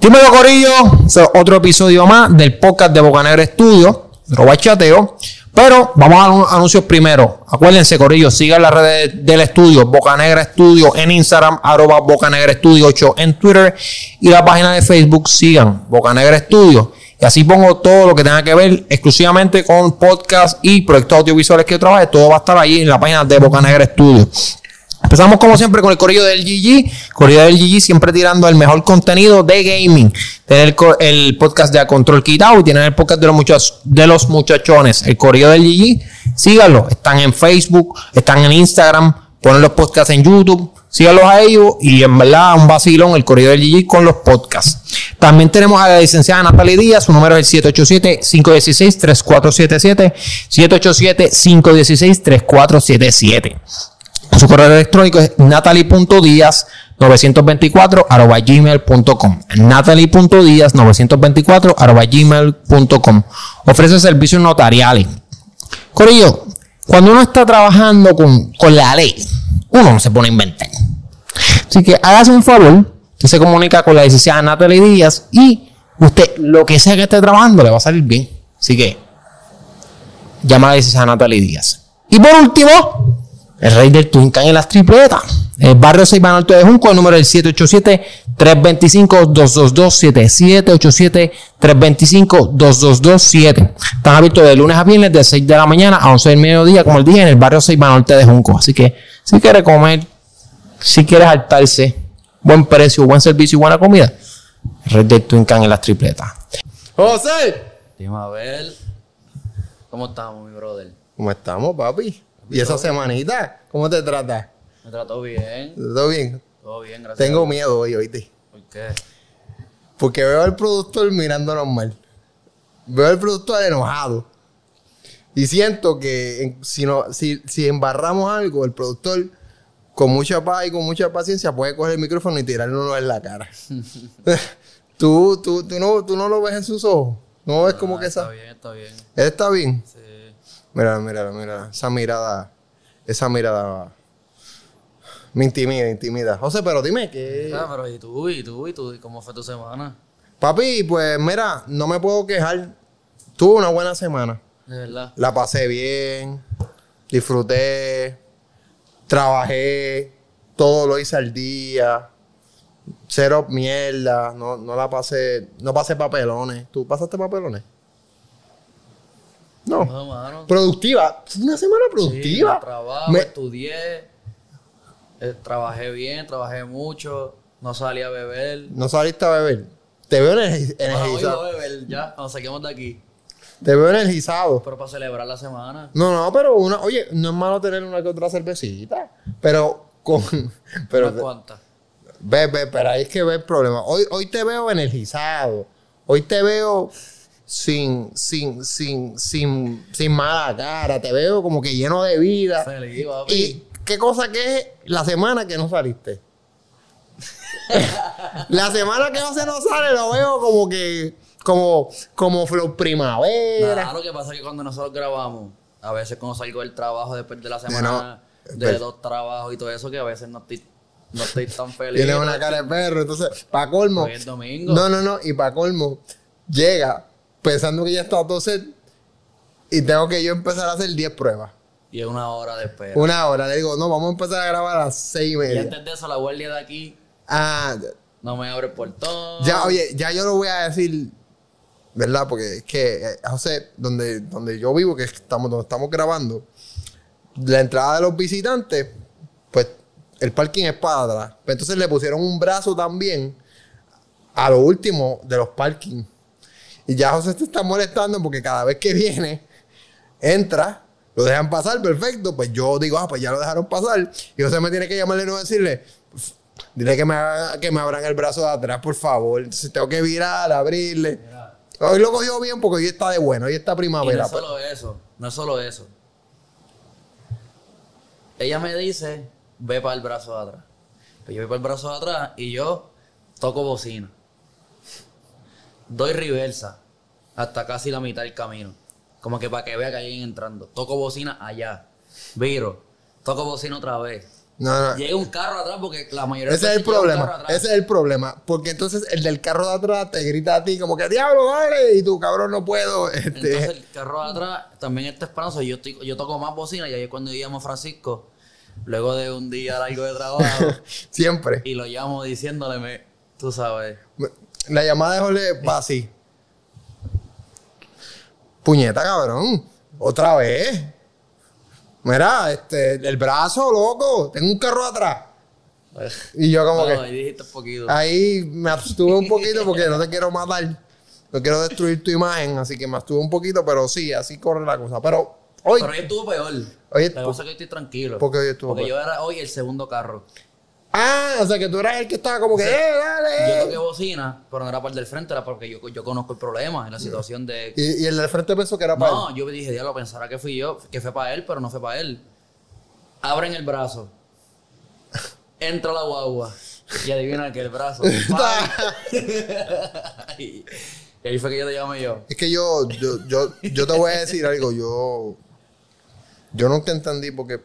Dímelo, Corillo. So, otro episodio más del podcast de Bocanegra Estudio, Robachateo. Pero vamos a los anuncios primero. Acuérdense, Corillo, sigan las redes del estudio, Bocanegra Estudio en Instagram, arroba Bocanegra Estudio 8 en Twitter y la página de Facebook, sigan Bocanegra Estudio. Y así pongo todo lo que tenga que ver exclusivamente con podcast y proyectos audiovisuales que yo trabaje. Todo va a estar ahí en la página de Bocanegra Estudio. Empezamos como siempre con el corrillo del GG. Corrillo del GG siempre tirando el mejor contenido de gaming. Tener el, co- el podcast de A Control Quitado y tienen el podcast de los, muchachos de los muchachones. El corrillo del GG, síganlo. Están en Facebook, están en Instagram, ponen los podcasts en YouTube. Síganlos a ellos y en verdad un vacilón el corrido del GG con los podcasts. También tenemos a la licenciada Natalie Díaz, su número es el 787-516-3477. 787-516-3477. Su correo electrónico es natalie.díaz924 arroba gmail.com. Natalie.díaz924 arroba gmail.com. Ofrece servicios notariales. Corillo, cuando uno está trabajando con, con la ley, uno no se pone a inventar. Así que hágase un favor, usted se comunica con la licenciada Natalie Díaz y usted, lo que sea que esté trabajando, le va a salir bien. Así que, llama a la licenciada Natalie Díaz. Y por último, el rey del Tuncán en las tripletas. El barrio 6 Alto de Junco, el número del 787-325-2227. 787-325-2227. Están abiertos de lunes a viernes, de 6 de la mañana a 11 del mediodía, como el día, en el barrio 6 Norte de Junco. Así que, si quiere comer, si quiere saltarse, buen precio, buen servicio y buena comida, el rey del Tuncán en las tripletas. José, Dime, Abel. ¿Cómo estamos, mi brother? ¿cómo estamos, papi? ¿Y esa semanita? ¿Cómo te trata? Me trató bien. ¿Todo bien? Todo bien, gracias. Tengo miedo hoy, oíste. ¿Por qué? Porque veo al productor mirándonos mal. Veo al productor enojado. Y siento que en- si, no, si, si embarramos algo, el productor, con mucha paz y con mucha paciencia, puede coger el micrófono y tirárnoslo en la cara. tú, tú, tú, no, tú no lo ves en sus ojos. No ves como Ah, que Está esa. bien, está bien. Él está bien. Sí. Mira, mira, mira, esa mirada, esa mirada me intimida, intimida. José, pero dime que... Ah, pero ¿y tú? ¿Y tú? ¿Y tú? ¿Y cómo fue tu semana? Papi, pues mira, no me puedo quejar. Tuve una buena semana. De verdad. La pasé bien, disfruté, trabajé, todo lo hice al día. Cero mierda, no, no la pasé, no pasé papelones. ¿Tú pasaste papelones? No. No, mano. Productiva, Fue una semana productiva. Sí, trabajo, Me- estudié. eh, trabajé bien, trabajé mucho. No salí a beber. No saliste a beber. Te veo energi- Bueno, hoy energizado. voy a beber ya, cuando saquemos de aquí. Te veo energizado. Pero para celebrar la semana. No, no, pero una, oye, no es malo tener una que otra cervecita. Pero con. Pero. ¿Unas cuantas? Ve, ve, pero ahí es que ve el problema. Hoy, hoy te veo energizado. Hoy te veo sin, sin, sin, sin, sin mala cara. Te veo como que lleno de vida. Feliz, papi. ¿Y qué cosa que es la semana que no saliste? la semana que no se nos sale lo veo como que, como, como flor primavera. Nah, lo que pasa es que cuando nosotros grabamos, a veces cuando salgo del trabajo después de la semana, No, pues, de pero- dos trabajos y todo eso, que a veces no estoy, no estoy tan feliz. Tiene una cara de perro, entonces, pa' colmo. Hoy es domingo. No, no, no, y pa' colmo, llega pensando que ya está todo set y tengo que yo empezar a hacer 10 pruebas. Y es una hora de espera. Una hora, le digo, no, vamos a empezar a grabar a las 6 y Y media. antes de eso, la guardia de aquí Ah, no me abre el portón. ya, oye, ya yo lo voy a decir, ¿verdad? Porque es que, eh, José, donde, donde yo vivo, que estamos, donde estamos grabando, la entrada de los visitantes, pues el parking es para atrás. Pero Entonces le pusieron un brazo también a lo último de los parkings. Y ya José te está molestando porque cada vez que viene, entra, lo dejan pasar, perfecto. Pues yo digo, ah, pues ya lo dejaron pasar. Y José me tiene que llamarle y no decirle, "Pues, dile que me, haga- que me abran el brazo de atrás, por favor. Entonces tengo que virar, abrirle. Mira, Hoy lo cogió bien porque hoy está de bueno, hoy está y no primavera. pues. es solo eso, no es solo eso. Ella me dice, ve para el brazo de atrás. Pues yo voy para el brazo de atrás y yo toco bocina. Doy reversa hasta casi la mitad del camino. Como que para que vea que hay alguien entrando. Toco bocina allá. Viro. Toco bocina otra vez. No, no. Llega un carro atrás porque la mayoría de Ah. Ese es el veces llega un carro problema. atrás. Ese es el problema. Porque entonces el del carro de atrás te grita a ti como que diablo, dale. Y tú, cabrón, no puedo. Este, Entonces el carro de atrás también está esperanza. Yo, estoy- yo toco más bocina y ahí es cuando llamo a Francisco, luego de un día largo de trabajo, siempre. y lo llamo diciéndole, me, tú sabes, La llamada de Jorge va así. Puñeta, cabrón. Otra vez. Mira, este, el brazo, loco. Tengo un carro atrás. Y yo como no, que... pues, ahí dijiste un poquito. Ahí me abstuve un poquito porque no te quiero matar. No quiero destruir tu imagen, así que me abstuve un poquito, pero sí, así corre la cosa. Pero hoy, Pero hoy estuvo peor. Oye, la cosa es que hoy estoy tranquilo. porque hoy estuvo Porque peor. yo era hoy el segundo carro. Ah, o sea que tú eras el que estaba como que, ¡eh, Yo dale! toqué bocina, pero no era para el del frente, era porque yo, yo conozco el problema, en la situación de Y, y el del frente pensó que era para él. No, yo dije, diablo, pensará que fui yo, que fue para él, pero no fue para él. Abren el brazo. Entra la guagua. Y adivina que el brazo. ¡pam! y ahí fue que yo te llamé yo. Es que yo, yo, yo, yo te voy a decir algo, yo. Yo nunca entendí por qué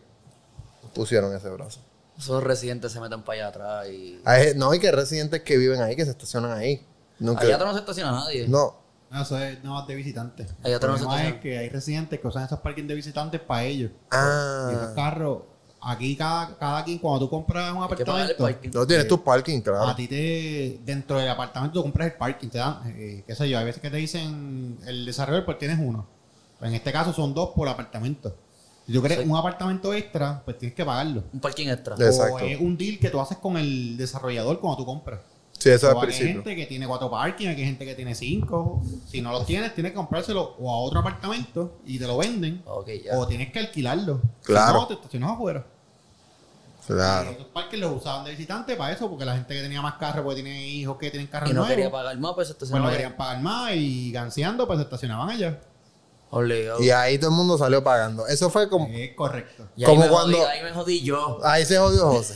pusieron ese brazo. Esos residentes se meten para allá atrás y. Hay- no, hay que residentes que viven ahí, que se estacionan ahí. Nunca. Allá atrás no se estaciona nadie. No, No, eso es nada más de visitantes. Ahí atrás no El se problema estaciona. es que hay residentes que usan esos parkings de visitantes para ellos. Y esos Ah. carros, aquí cada, cada quien, cuando tú compras un Hay que pagar el apartamento, parking. No tienes tu parking, claro. a ti te, dentro del apartamento tú compras el parking, te dan, eh, qué sé yo, hay veces que te dicen el desarrollador, pues tienes uno. Pero en este caso son dos por apartamento. Si tú quieres Sí. un apartamento extra, pues tienes que pagarlo. Un parking extra. Sí. Exacto. O es un deal que tú haces con el desarrollador cuando tú compras. Sí, eso es el O hay principio. gente que tiene cuatro parking, hay gente que tiene cinco. Si no los tienes, tienes que comprárselo o a otro apartamento y te lo venden. Ok, ya. O tienes que alquilarlo. Claro. Si no, te estacionas afuera. Y Claro. esos parques los usaban de visitante para eso, porque la gente que tenía más carros, porque tiene hijos que tienen carros Y no nuevos, quería pagar más, pues se pues no estacionaba. querían pagar más y ganseando, pues se estacionaban allá. Obligado. Y ahí todo el mundo salió pagando. Eso fue como. Es correcto. Y ahí como me jodí, cuando- ahí me jodí yo. Ahí se jodió José.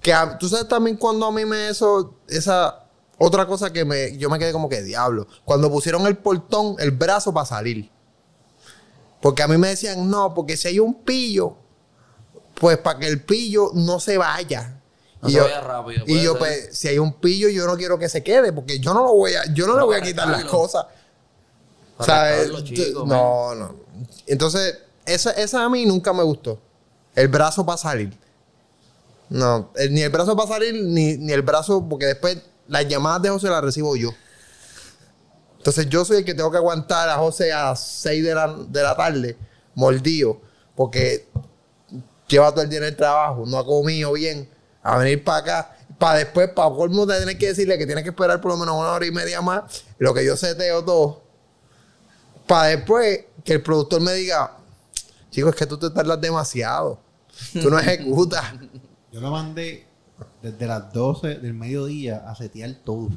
que a- tú sabes también cuando a mí me eso. Esa. Otra cosa que me, yo me quedé como que diablo. Cuando pusieron el portón, el brazo para salir. Porque a mí me decían, no, porque si hay un pillo, pues para que el pillo no se vaya. No y se yo, vaya rápido, y puede yo ser. pues, si hay un pillo, yo no quiero que se quede, porque yo no lo voy a, yo no le No, voy a para quitar las dejarlo. cosas. Para ¿Sabes? rescatarlo, Tú- chico, man. eh, no, no. Entonces, esa, esa a mí nunca me gustó. El brazo para salir. No, el- ni el brazo para salir, ni, ni el brazo, porque después las llamadas de José las recibo yo. Entonces yo soy el que tengo que aguantar a José a las 6 de la, de la tarde, mordido, porque lleva todo el día en el trabajo, no ha comido bien, a venir para acá, para después, para colmo, te tienes que decirle que tienes que esperar por lo menos una hora y media más, lo que yo seteo todo, para después que el productor me diga, chicos, es que tú te tardas demasiado, tú no ejecutas. Yo lo mandé desde las 12 del mediodía a setear todo.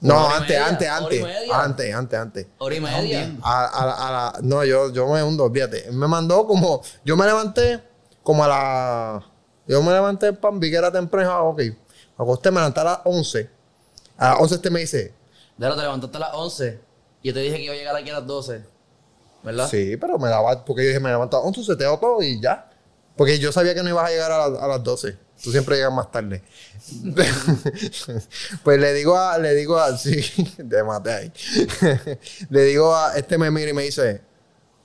no, Hora y antes, media, antes, hora y antes, media. antes, antes, antes. Hora y media. A, a la- a la- no, yo, yo me hundo, fíjate. Me mandó como. Yo me levanté como a la. Yo me levanté pan, vi que era temprano. ah, ok. Me acosté, me levanté a las 11. A las 11 este me dice. Dero, te levantaste a las 11. Yo te dije que iba a llegar aquí a las 12. ¿Verdad? Sí, pero me daba. Porque yo dije, me levanto a las 11, seteo todo y ya. Porque yo sabía que no ibas a llegar a, la- a las 12. Tú siempre llegas más tarde. pues le digo a. Le digo a. Sí, te maté ahí. le digo a. Este me mira y me dice.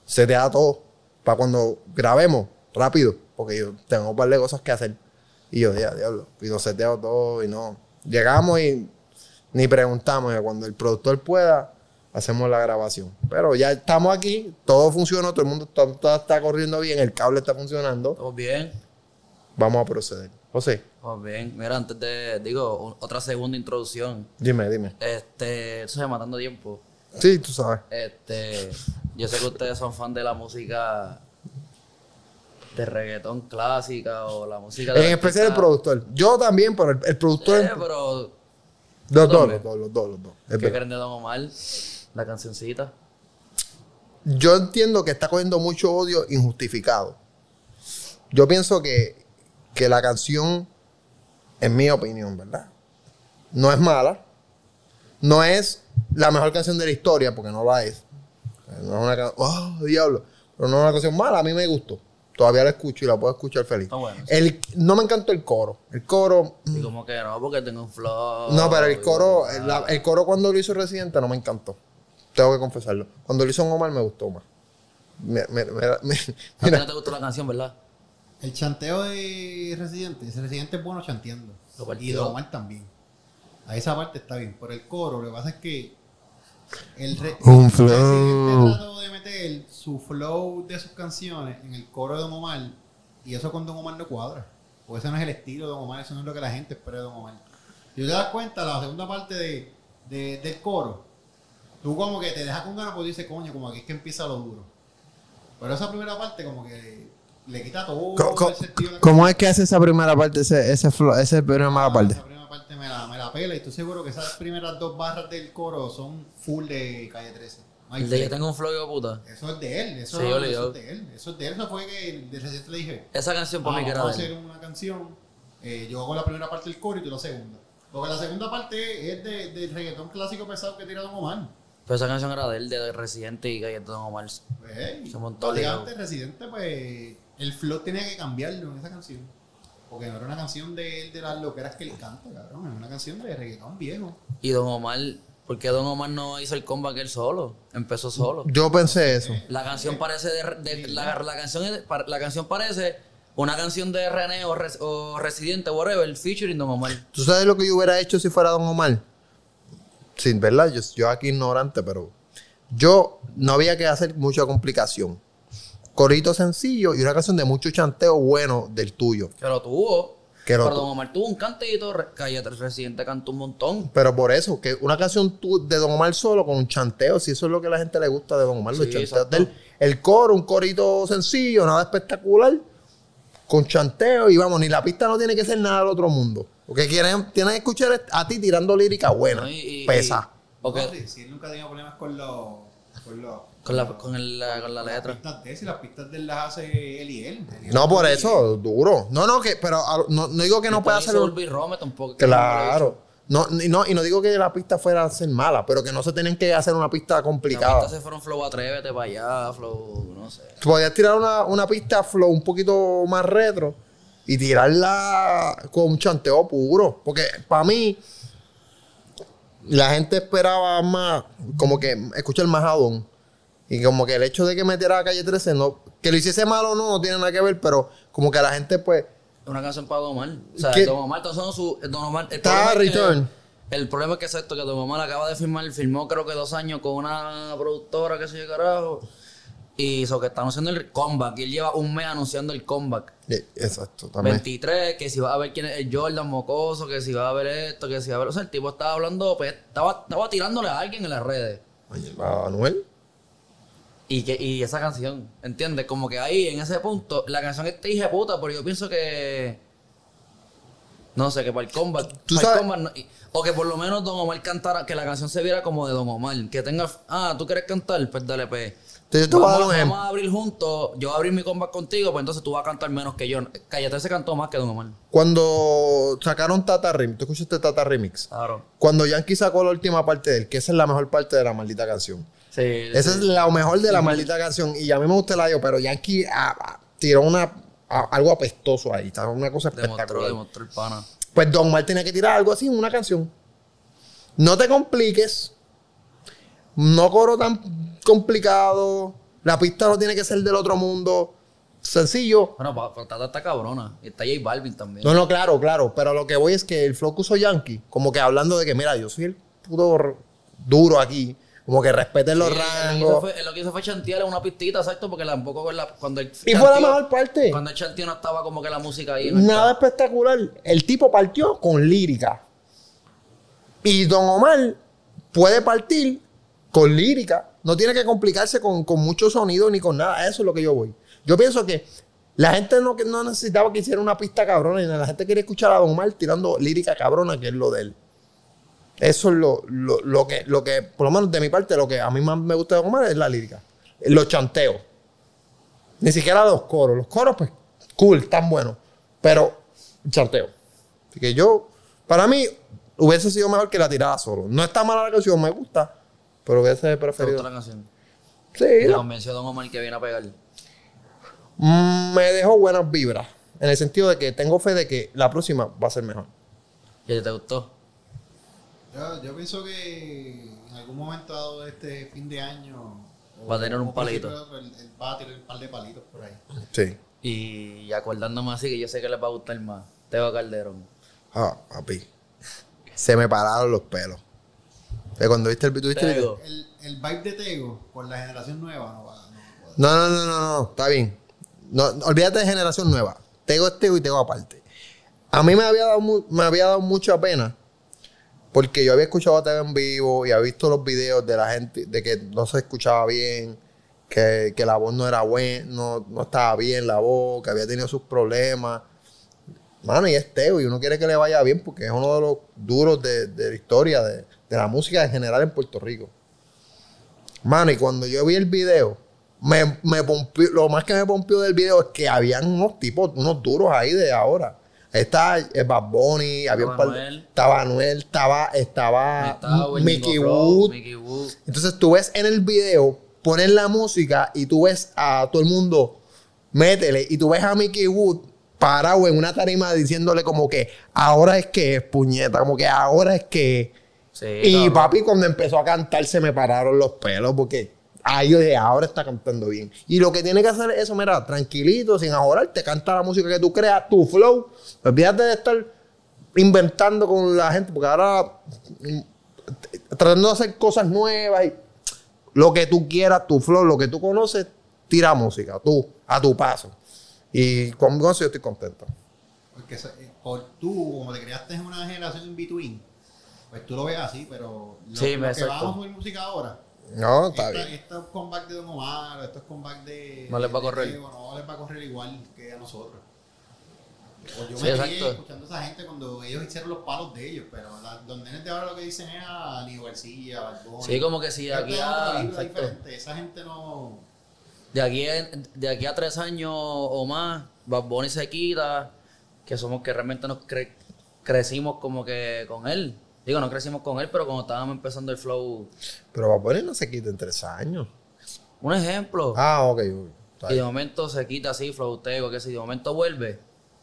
se te da todo para cuando grabemos rápido, porque yo tengo un par de cosas que hacer. Y yo, ya, diablo, y lo seteo todo y no. Llegamos y ni preguntamos, y cuando el productor pueda, hacemos la grabación. Pero ya estamos aquí, todo funcionó, todo el mundo está, está- está corriendo bien, el cable está funcionando, Estamos bien. vamos a proceder. José, Estamos bien. Mira, antes de. Digo, un- otra segunda introducción. dime, dime. Este. Eso se matando tiempo. Sí, tú sabes. Este. Yo sé que ustedes son fan de la música. De reggaetón clásica o la música. de En especial el artista- productor. Yo también, pero el, el productor... Eh, pero. los, dos, hombre. los dos, los dos, los dos. Es ¿Qué verdad. creen de Don Omar? La cancioncita. yo entiendo que está cogiendo mucho odio injustificado. Yo pienso que, que la canción, en mi opinión, ¿verdad? No es mala. No es la mejor canción de la ¡Ah, historia, porque no la es. No es una canción, oh, diablo. Pero no es una canción mala, a mí me gustó. Todavía la escucho y la puedo escuchar feliz. Está bueno. El, no me encantó el coro. El coro. Y como que no, porque tengo un flow. Mm. No, pero el coro, el, la- el coro cuando lo hizo Residente no me encantó. Tengo que confesarlo. Cuando lo hizo Omar me gustó más. Me- me- me- me- A ti mira, no te gustó la canción, ¿verdad? El chanteo de Residente. Ese Residente es bueno chanteando. Lo y partió. de Omar también. A esa parte está bien. Pero el coro, lo que pasa es que. El re- Un el flow. Residente trató de meter su flow de sus canciones en el coro de Don Omar. Y eso con Don Omar no cuadra. Porque ese no es el estilo de Don Omar. Eso no es lo que la gente espera de Don Omar. Si tú te das cuenta, la segunda parte de, de- del coro. Tú como que te dejas con ganas porque dices, coño, como aquí es que empieza lo duro. Pero esa primera parte como que le quita todo co- co- el sentido a la ¿cómo es que hace esa primera parte, ese, ese, flow, esa primera parte? esa primera parte me la, me la pela y estoy seguro que esas primeras dos barras del coro son full de calle 13. No hay El de yo break. tengo un flow, yo puta. Eso es de él, eso, Sí, yo le eso digo. es de él. Eso es de él, eso fue que de reciente le dije, Esa canción para "Ah, mí que vamos era a de hacer él. una canción, eh, yo hago la primera parte del coro y tú la segunda. Porque la segunda parte es de, del reggaetón clásico pesado que tira Don Omar. Pero esa canción era de él, de Residente y Galletón Omar. Pues, hey, Se montó no, ligado. antes Residente, pues el flow tenía que cambiarlo en esa canción. Porque no era una canción de él, de las loqueras que él canta, cabrón. Era una canción de reggaetón viejo. Y Don Omar, ¿por qué Don Omar no hizo el comeback él solo? Empezó solo. Yo pensé eso. La canción parece de, de- la, la canción es- pa- la canción parece una canción de René o, Res- o Residente whatever featuring Don Omar. ¿Tú sabes lo que yo hubiera hecho si fuera Don Omar? Sin verdad, yo, yo aquí ignorante, pero yo no había que hacer mucha complicación. Corito sencillo y una canción de mucho chanteo bueno del tuyo. Que lo tuvo. Que lo pero tu- Don Omar tuvo un cantito, Re- Calle Tres Residente cantó un montón. Pero por eso, que una canción tu- de Don Omar solo con un chanteo, si eso es lo que la gente le gusta de Don Omar, los Sí, chanteos exacto. del el coro, un corito sencillo, nada espectacular, con chanteo y vamos, ni la pista no tiene que ser nada del otro mundo. Lo que quieren, tienen que escuchar es a ti tirando lírica buena, ¿no? Y- y- pesa. y- ok, No, si- si él nunca tenía problemas con los. Con, los, con la, con el- la- con la las letra. pistas de él, si las pistas de él las hace él y él. Él y No, él. por eso, duro. No, no, que, pero a- no, no digo que no pueda hizo ser. Urbi Rome tampoco. que no lo hizo. Claro. No, y no, y no digo que la pista fuera a ser mala, pero que no se tienen que hacer una pista Las pistas complicada. se fueron flow atrévete para allá, flow, no sé. Podías tirar una, una pista flow un poquito más retro y tirarla con un chanteo puro. Porque para mí, la gente esperaba más, como que escuchar más a Don. Y como que el hecho de que metiera a calle 13, no, que lo hiciese mal o no, no tiene nada que ver, pero como que la gente, pues. Una canción para Don Omar. O sea, ¿Qué? Don Omar, todos son su. eh, Don Omar. el Está problema es que- Return. el problema es que es esto: que Don Omar acaba de firmar. Firmó, creo que dos años con una productora, que se yo, carajo. Y eso que está anunciando el comeback. Y él lleva un mes anunciando el comeback. eh, Exacto, también. 23, que si va a ver quién es el Jordan Mocoso, que si va a ver esto, que si va a ver. O sea, el tipo estaba hablando, pues estaba, estaba tirándole a alguien en las redes. Oye, Manuel. Y, que, y esa canción, ¿entiendes? Como que ahí, en ese punto, la canción es dije puta, pero yo pienso que. No sé, que para el combat. Tú para el sabes- combat no- y- o que por lo menos Don Omar cantara, que la canción se viera como de Don Omar. Que tenga. Ah, ¿tú quieres cantar? Pues dale, pues. Entonces, yo te voy a dar un vamos ejemplo. a abrir juntos, yo voy a abrir mi combat contigo, pues entonces tú vas a cantar menos que yo. Cállate, se cantó más que Don Omar. Cuando sacaron Tata Remix, ¿tú escuchaste Tata Remix? Claro. Cuando Yankee sacó la última parte de él, que esa es la mejor parte de la maldita canción. Sí. Esa es la mejor de la maldita canción. Y a mí me gusta la dio, pero Yankee ah, ah, tiró una, ah, algo apestoso ahí. Estaba una cosa Demostró, espectacular. demostró el pana. Pues Don Omar tenía que tirar algo así en una canción. No te compliques. No coro tan complicado. La pista no tiene que ser del otro mundo. Sencillo. Bueno, pa- pa- Tata está cabrona. Y está J Balvin también. No, no, claro, claro. Pero lo que voy es que el flow que usó Yankee, como que hablando de que, mira, yo soy el puto r- duro aquí. Como que respeten los Sí, él lo que hizo rangos. fue- él Lo que hizo fue chantear una pistita, exacto, porque tampoco con la- cuando él Y fue la chanteó- mejor parte. Cuando el chanteó no estaba como que la música ahí. en el Nada espectacular. El tipo partió con lírica. Y Don Omar puede partir con lírica. No tiene que complicarse con, con mucho sonido ni con nada. Eso es lo que yo voy. Yo pienso que la gente no, que no necesitaba que hiciera una pista cabrona. ni nada. La gente quería escuchar a Don Omar tirando lírica cabrona, que es lo de él. Eso es lo, lo- lo que, lo que, por lo menos de mi parte, lo que a mí más me gusta de Don Omar es la lírica. Los chanteos. Ni siquiera los coros. Los coros, pues, cool, tan buenos. Pero, chanteo. Así que yo, para mí, hubiese sido mejor que la tirada solo. No está mala la canción, me gusta. Pero hubiese ¿Te gustó preferido. la canción? Sí, Le la- convenció a Don Omar que viene a pegar. mm, me dejó buenas vibras. En el sentido de que tengo fe de que la próxima va a ser mejor. ¿Y te gustó? Yo, yo pienso que en algún momento dado de este fin de año. o- Va a tener un o palito. principio de otro, Él, él va a tirar un par de palitos por ahí. Sí. Y acordándome así que yo sé que les va a gustar más. Teo Calderón. Ah, papi. Se me pararon los pelos. O sea, cuando viste el video, viste el video. Tego. El, el vibe de Tego con la generación nueva no va. No va a cuadrar. No, no, no, no, no, está bien. No, no, olvídate de generación nueva. Tego es Tego y Tego aparte. A mí me había dado, mu- me había dado mucha pena porque yo había escuchado a Tego en vivo y había visto los videos de la gente de que no se escuchaba bien, que, que la voz no era buena, no, no estaba bien la voz, que había tenido sus problemas. Mano, y es Tego y uno quiere que le vaya bien porque es uno de los duros de, de la historia, de, de la música en general en Puerto Rico. Mano, y cuando yo vi el video, me, me pompió- lo más que me pompió del video es que habían unos tipos, unos duros ahí de ahora. Está el Bad Bunny, había un par de- Anuel. estaba Anuel, estaba, estaba Metabo, el Ah, Mickey Ñengo Flow, Wood. Mickey Wood. Entonces tú ves en el video, pones la música y tú ves a todo el mundo, métele, y tú ves a Mickey Wood parado en una tarima diciéndole como que ahora es que es puñeta, como que ahora es que es". Sí, Y cabrón. papi, cuando empezó a cantar, se me pararon los pelos porque ahí yo dije, ahora está cantando bien. Y lo que tiene que hacer es eso, mira, tranquilito, sin te canta la música que tú creas, tu flow. Olvídate de estar inventando con la gente, porque ahora mm, t- tratando de hacer cosas nuevas y lo que tú quieras, tu flow, lo que tú conoces, tira música, tú, a tu paso. Y con con eso yo estoy contento. Porque se- eh, por tú, como te creaste en una generación in between, pues tú lo ves así, pero lo, Sí, lo que exacto. vamos a oír música ahora, No, está esta- bien. estos comebacks de Don Omar, o estos comebacks de. No les va a de correr. Tego, no les va a correr igual que a nosotros. O yo Sí, me exacto. crié escuchando a esa gente cuando ellos hicieron los palos de ellos, pero la- los nenes de ahora lo que dicen es a Nio García, a Bad Bunny. Sí, como que si de Esta aquí es a. otra vibra exacto. diferente, Esa gente no. De aquí, a- de aquí a tres años o más, Bad Bunny se quita, que somos que realmente nos cre- crecimos como que con él. Digo, no crecimos con él, pero cuando estábamos empezando el flow. Pero va a poner no se quita en tres años. Un ejemplo, Ah, ok, ok. Está y de bien. momento se quita así, flow tego, que si de momento vuelve,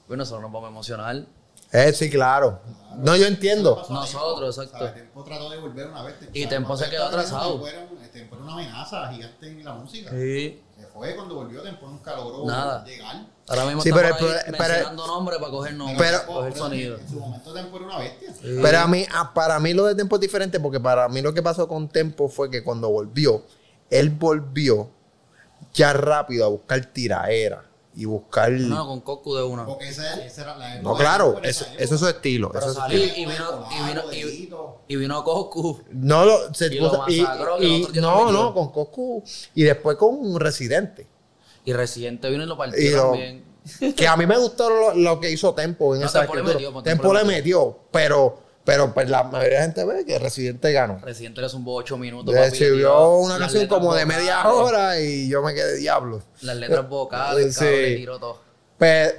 pues nosotros nos vamos a emocionar. Eh, sí, claro. No, yo entiendo. Nosotros, ¿sabes? exacto. Tempo trató de volver una vez. Y Tempo se quedó atrasado. Fueron, Tempo era una amenaza gigante en la música. Sí. Se fue cuando volvió, Tempo nunca logró Nada. llegar. Ahora mismo Sí, está pero por el ahí pro- pero- mencionando nombres para coger nombres, Pero- para coger sonido. En su momento Tempo era una bestia. Pero a mí, a- para mí lo de Tempo es diferente porque para mí lo que pasó con Tempo fue que cuando volvió, él volvió ya rápido a buscar tiraera y buscar... No, No, con Cocu de una. Porque esa, esa era la claro, eso, eso es su estilo. Pero eso es su salió. estilo. Y vino- y vino- y- Y vino Cocu. No, lo, se Y lo puso- y- masacró, que el y- otro tío no, lo no, metió. con Coscu y después con un residente. Y Residente vino y lo partió Y lo- también. Que a mí me gustó lo, lo que hizo Tempo en No, esa Tempo le escritura. metió, Tempo, pues, Tempo le le metió, pero, pero pues, la mayoría de la gente ve que Residente ganó. Residente le zumbó 8 minutos. papi, le Recibió tiró una las canción letras como de vocales, media hora y yo me quedé diablo. Las letras vocales, Sí. cabrón, le tiró todo. Pues,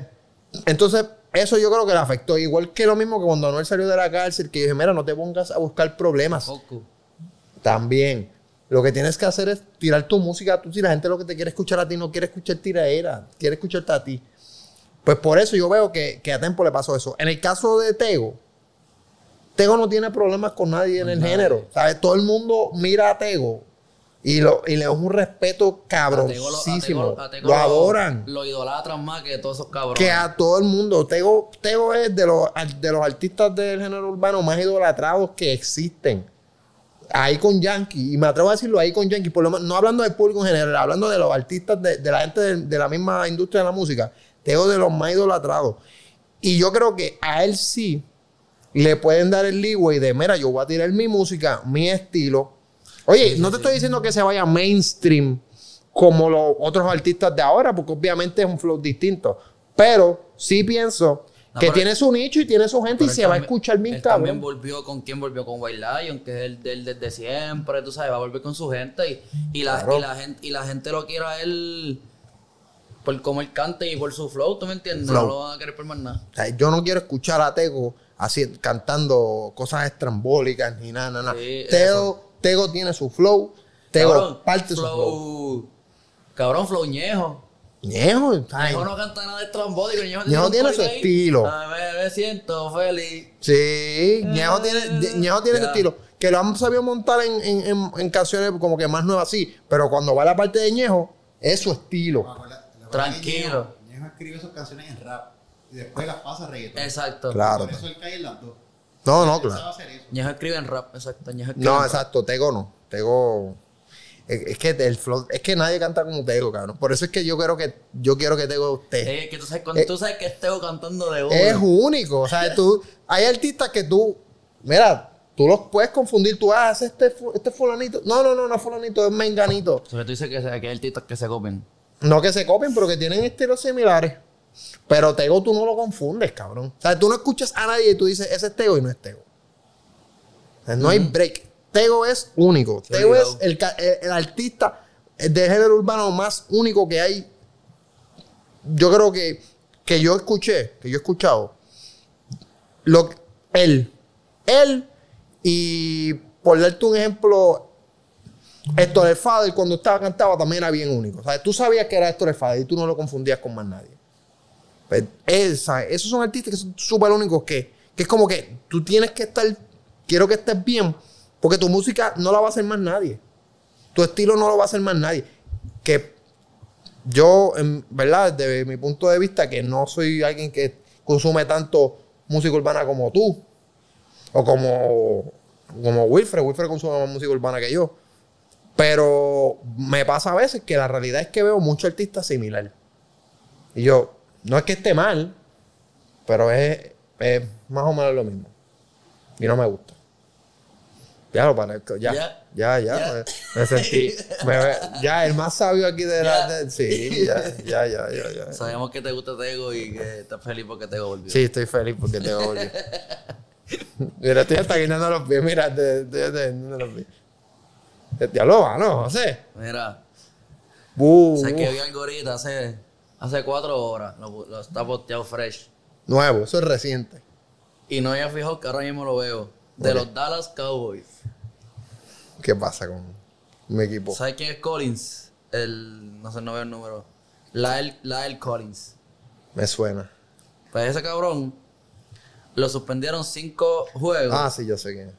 entonces, eso yo creo que le afectó. Igual que lo mismo que cuando Anuel salió de la cárcel, que dije, mira, no te pongas a buscar problemas. Cocu. También. Lo que tienes que hacer es tirar tu música. Tú, si la gente lo que te quiere escuchar a ti no quiere escuchar tiraera, quiere escucharte a ti. Pues por eso yo veo que, que a Tempo le pasó eso. En el caso de Tego, Tego no tiene problemas con nadie en el Nadie. género. ¿sabes? Todo el mundo mira a Tego y, lo, y le da un A Tego lo- respeto a Tego- cabroncísimo. a Tego Lo adoran. Lo idolatran más que todos esos cabrones. Que a todo el mundo. Tego, Tego es de los, ar- de los artistas del género urbano más idolatrados que existen. Ahí con Yankee, y me atrevo a decirlo ahí con Yankee, por lo menos, no hablando del público en general, hablando de los artistas de, de la gente de, de la misma industria de la música, Tego es de los más idolatrados. Y yo creo que a él sí le pueden dar el leeway de, mira, yo voy a tirar mi música, mi estilo. Oye, no te estoy diciendo que se vaya mainstream como los otros artistas de ahora, porque obviamente es un flow distinto. Pero sí pienso No, que pero- tiene su nicho y tiene su gente y Pero él se va a también- escuchar bien él también cabrón. volvió con quién volvió con White Lion, que es el del desde siempre, tú sabes, va a volver con su gente y, y la, Claro. y la gente y la gente lo quiere a él por cómo él canta y por su flow, ¿tú me entiendes? Flow. No lo van a querer por más nada. O sea, yo no quiero escuchar a Tego así, cantando cosas estrambólicas ni nada, nada, nada. Sí, Tego, Tego tiene su flow, Tego Cabrón, parte su flow. flow. Cabrón, flow ñejo. Ñejo, está Ñejo ahí. no canta nada de trombótico. Ñejo, Ñejo un tiene corito su ahí. estilo. Ah, me, me siento feliz. Sí, Ñejo tiene, de- Ñejo tiene Ya. ese estilo. Que lo han sabido montar en, en- en- en canciones como que más nuevas, sí. Pero cuando va la parte de Ñejo, es su estilo. Acuérdate- acuérdate Tranquilo. que Ñejo- Ñejo escribe sus canciones en rap y después las pasa a reggaetón. Exacto. Claro. Por eso él cae en las dos. No, no, Él claro. sabe hacer eso. Ñejo escribe en rap, exacto. Ñejo escribe en No, rap. exacto, Tego no. Tego. Es, es que el flow, es que nadie canta como Tego, cabrón. Por eso es que yo quiero que, yo quiero que Tego esté. Eh, que tú sabes, cuando Eh. tú sabes que esteo cantando de es uno. único. O sea, tú, hay artistas que tú, mira, tú los puedes confundir. Tú haces este, fu- este fulanito. No, no, no, no es fulanito, es menganito. Sobre tú dices que, se- que hay artistas que se copian. No que se copien, pero que tienen estilos similares. Pero Tego tú no lo confundes, cabrón. O sea, tú no escuchas a nadie y tú dices, ese es Tego y no es Tego. O sea, no hay break. Tego es único. Sí, Tego es claro. el, ca- eh, el- el artista de género urbano más único que hay. Yo creo que, que yo escuché, que yo he escuchado. Lo, que- él. Él y por darte un ejemplo, Héctor El Fader, cuando estaba cantaba, también era bien único. O sea, tú sabías que era Héctor El Fader y tú no lo confundías con más nadie. Pues, él, ¿sabes? Esos son artistas que son súper únicos que, que es como que tú tienes que estar, quiero que estés bien, porque tu música no la va a hacer más nadie. Tu estilo no lo va a hacer más nadie. Que yo, en verdad, desde mi punto de vista, que no soy alguien que consume tanto música urbana como tú, o como, como Wilfred. Wilfred consume más música urbana que yo. Pero me pasa a veces que la realidad es que veo muchos artistas similares. Y yo, no es que esté mal, pero es, es más o menos lo mismo. Y no me gusta. Ya lo parezco, ya. Ya. Ya, ya. Ya. Me, me sentí. me- me- ya, el más sabio aquí de Ya. la. de- sí, ya, ya, ya, ya. ya. Sabemos que te gusta Tego y que estás feliz porque Tego volvió. Sí, estoy feliz porque te odio. Mira, estoy hasta guinando los pies. Mira, te- estoy hasta guinando los pies. Ya lo va, ¿no, José? Uh, Mira, Bu- sé que vi algo ahorita hace, hace cuatro horas. Lo, lo está posteado fresh. Nuevo, eso es reciente. Y no había fijado que ahora mismo lo veo. De Ok. los Dallas Cowboys. ¿Qué pasa con mi equipo? ¿Sabes quién es Collins? El, no sé, no veo el número. Lyle, Lyle Collins. Me suena. Pues ese cabrón lo suspendieron cinco juegos Ah, sí, yo sé quién. es.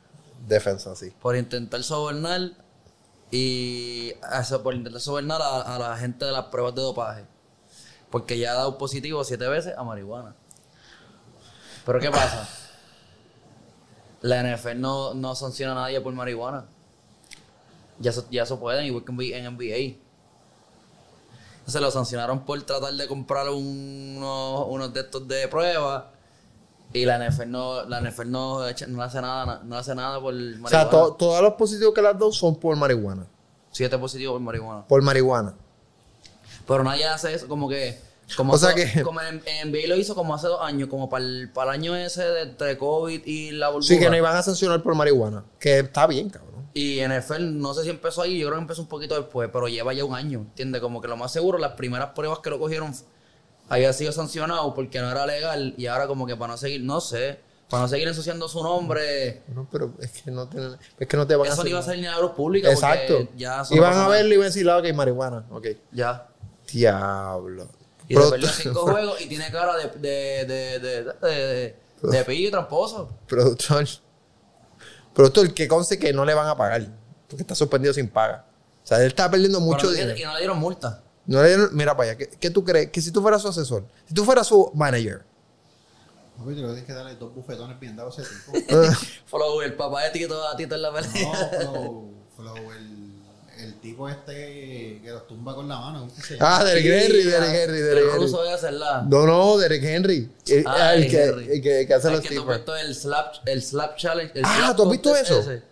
Defensa, sí. por intentar sobornar y o sea, por intentar sobornar a, a la gente de las pruebas de dopaje. Porque ya ha dado positivo siete veces a marihuana. Pero ¿qué pasa? La NFL no, no sanciona a nadie por marihuana. Ya eso, ya eso pueden, igual que en B- en NBA. Se lo sancionaron por tratar de comprar unos, unos de estos de prueba. Y la NFL no, la NFL no, echa- no hace nada, no hace nada por marihuana. O sea, to- todos los positivos que las dos son por marihuana. Siete positivos por marihuana. Por marihuana. Pero nadie hace eso, como que. Como O sea eso- que- Como en, en NBA lo hizo como hace dos años, como para el, para el año ese de entre COVID y la burbuja. Sí, que no iban a sancionar por marihuana. Que está bien, cabrón. Y NFL, no sé si empezó ahí, yo creo que empezó un poquito después, pero lleva ya un año, ¿entiendes? Como que lo más seguro, las primeras pruebas que lo cogieron había sido sancionado porque no era legal y ahora como que para no seguir, no sé, para no seguir ensuciando su nombre, No, pero es que no, tienen- es que no te van a eso no iba a hacer- salir ni a la luz pública. porque Exacto. Ya eso no Iban pasa a nada. verlo y iban a decir, ah, ok, marihuana. Ok. Ya. Diablo. Y Pero- se perdió cinco juegos y tiene cara de, de, de, de, de, de, de pillo y tramposo. productor. Productor, que conste que no le van a pagar. Porque está suspendido sin paga. O sea, él está perdiendo mucho Pero no- dinero. Y no le dieron multa. No le dieron- mira para allá. ¿qué, qué tú crees? Que si tú fueras su asesor, si tú fueras su manager, Papi, te lo tienes que darle dos bufetones bien dados a ese tipo. Flow, el papá de Tito, a Tito en la pelea. No, Flow, Flow, el, el tipo este que los tumba con la mano. ¿cómo que se llama? Ah, Derek Henry, Derek Henry, Derek El Henry. ruso debe hacerla. No, no, Derek Henry. El, Ah, el Derrick que, Henry. pues. el que- que hace El los que tú tipos. has visto el slap, el slap challenge. el Ah, slap ¿tú has visto contest eso? ese.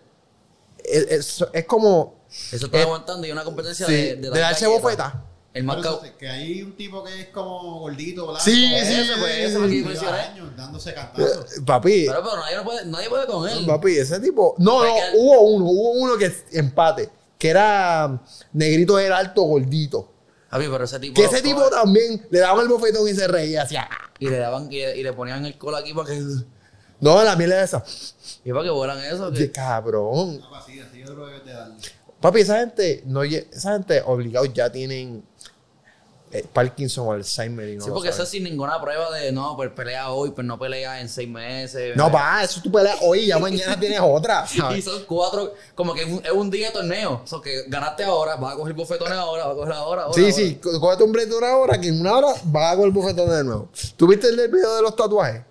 Es, es- es como. Eso está Eh, aguantando y una competencia sí, de, de dar darse galletas. bofeta. El más Por eso cau- es que hay un tipo que es como gordito, blanco. Sí, eh, sí, Ese, pues, ese fue el que yo lleva mencioné. años dándose eh, cantazos. Papi, Ah, Pero, pero nadie, no puede, nadie puede con él. Papi, ese tipo. No, no, Porque- hubo uno, hubo uno que es empate. Que era mm, negrito, era alto, gordito. Papi, pero ese tipo. Que lo ese tipo coge también le daban el bofetón y se reía hacía. "Ah". Y le daban y, y le ponían el cola aquí para que. No, la miel es esa. Y para que vuelan eso. Qué Que, cabrón. No, así, así yo creo que debes de darle. Papi, esa gente, no, lle- esa gente obligados ya tienen eh, Parkinson o Alzheimer y no sí, lo porque eso saben. es sin ninguna prueba de no, pues pelea hoy, pues no pelea en seis meses. No, pa, eso tú peleas hoy y ya mañana tienes otra. Y ¿sabes? son cuatro, como que es un, es un día de torneo. O sea, que ganaste ahora, vas a coger bofetones ahora, vas a coger ahora, ahora. Sí, ahora. sí, có- cógete un break de una hora que en una hora vas a coger el bufetón de nuevo. ¿Tú viste el del video de los tatuajes?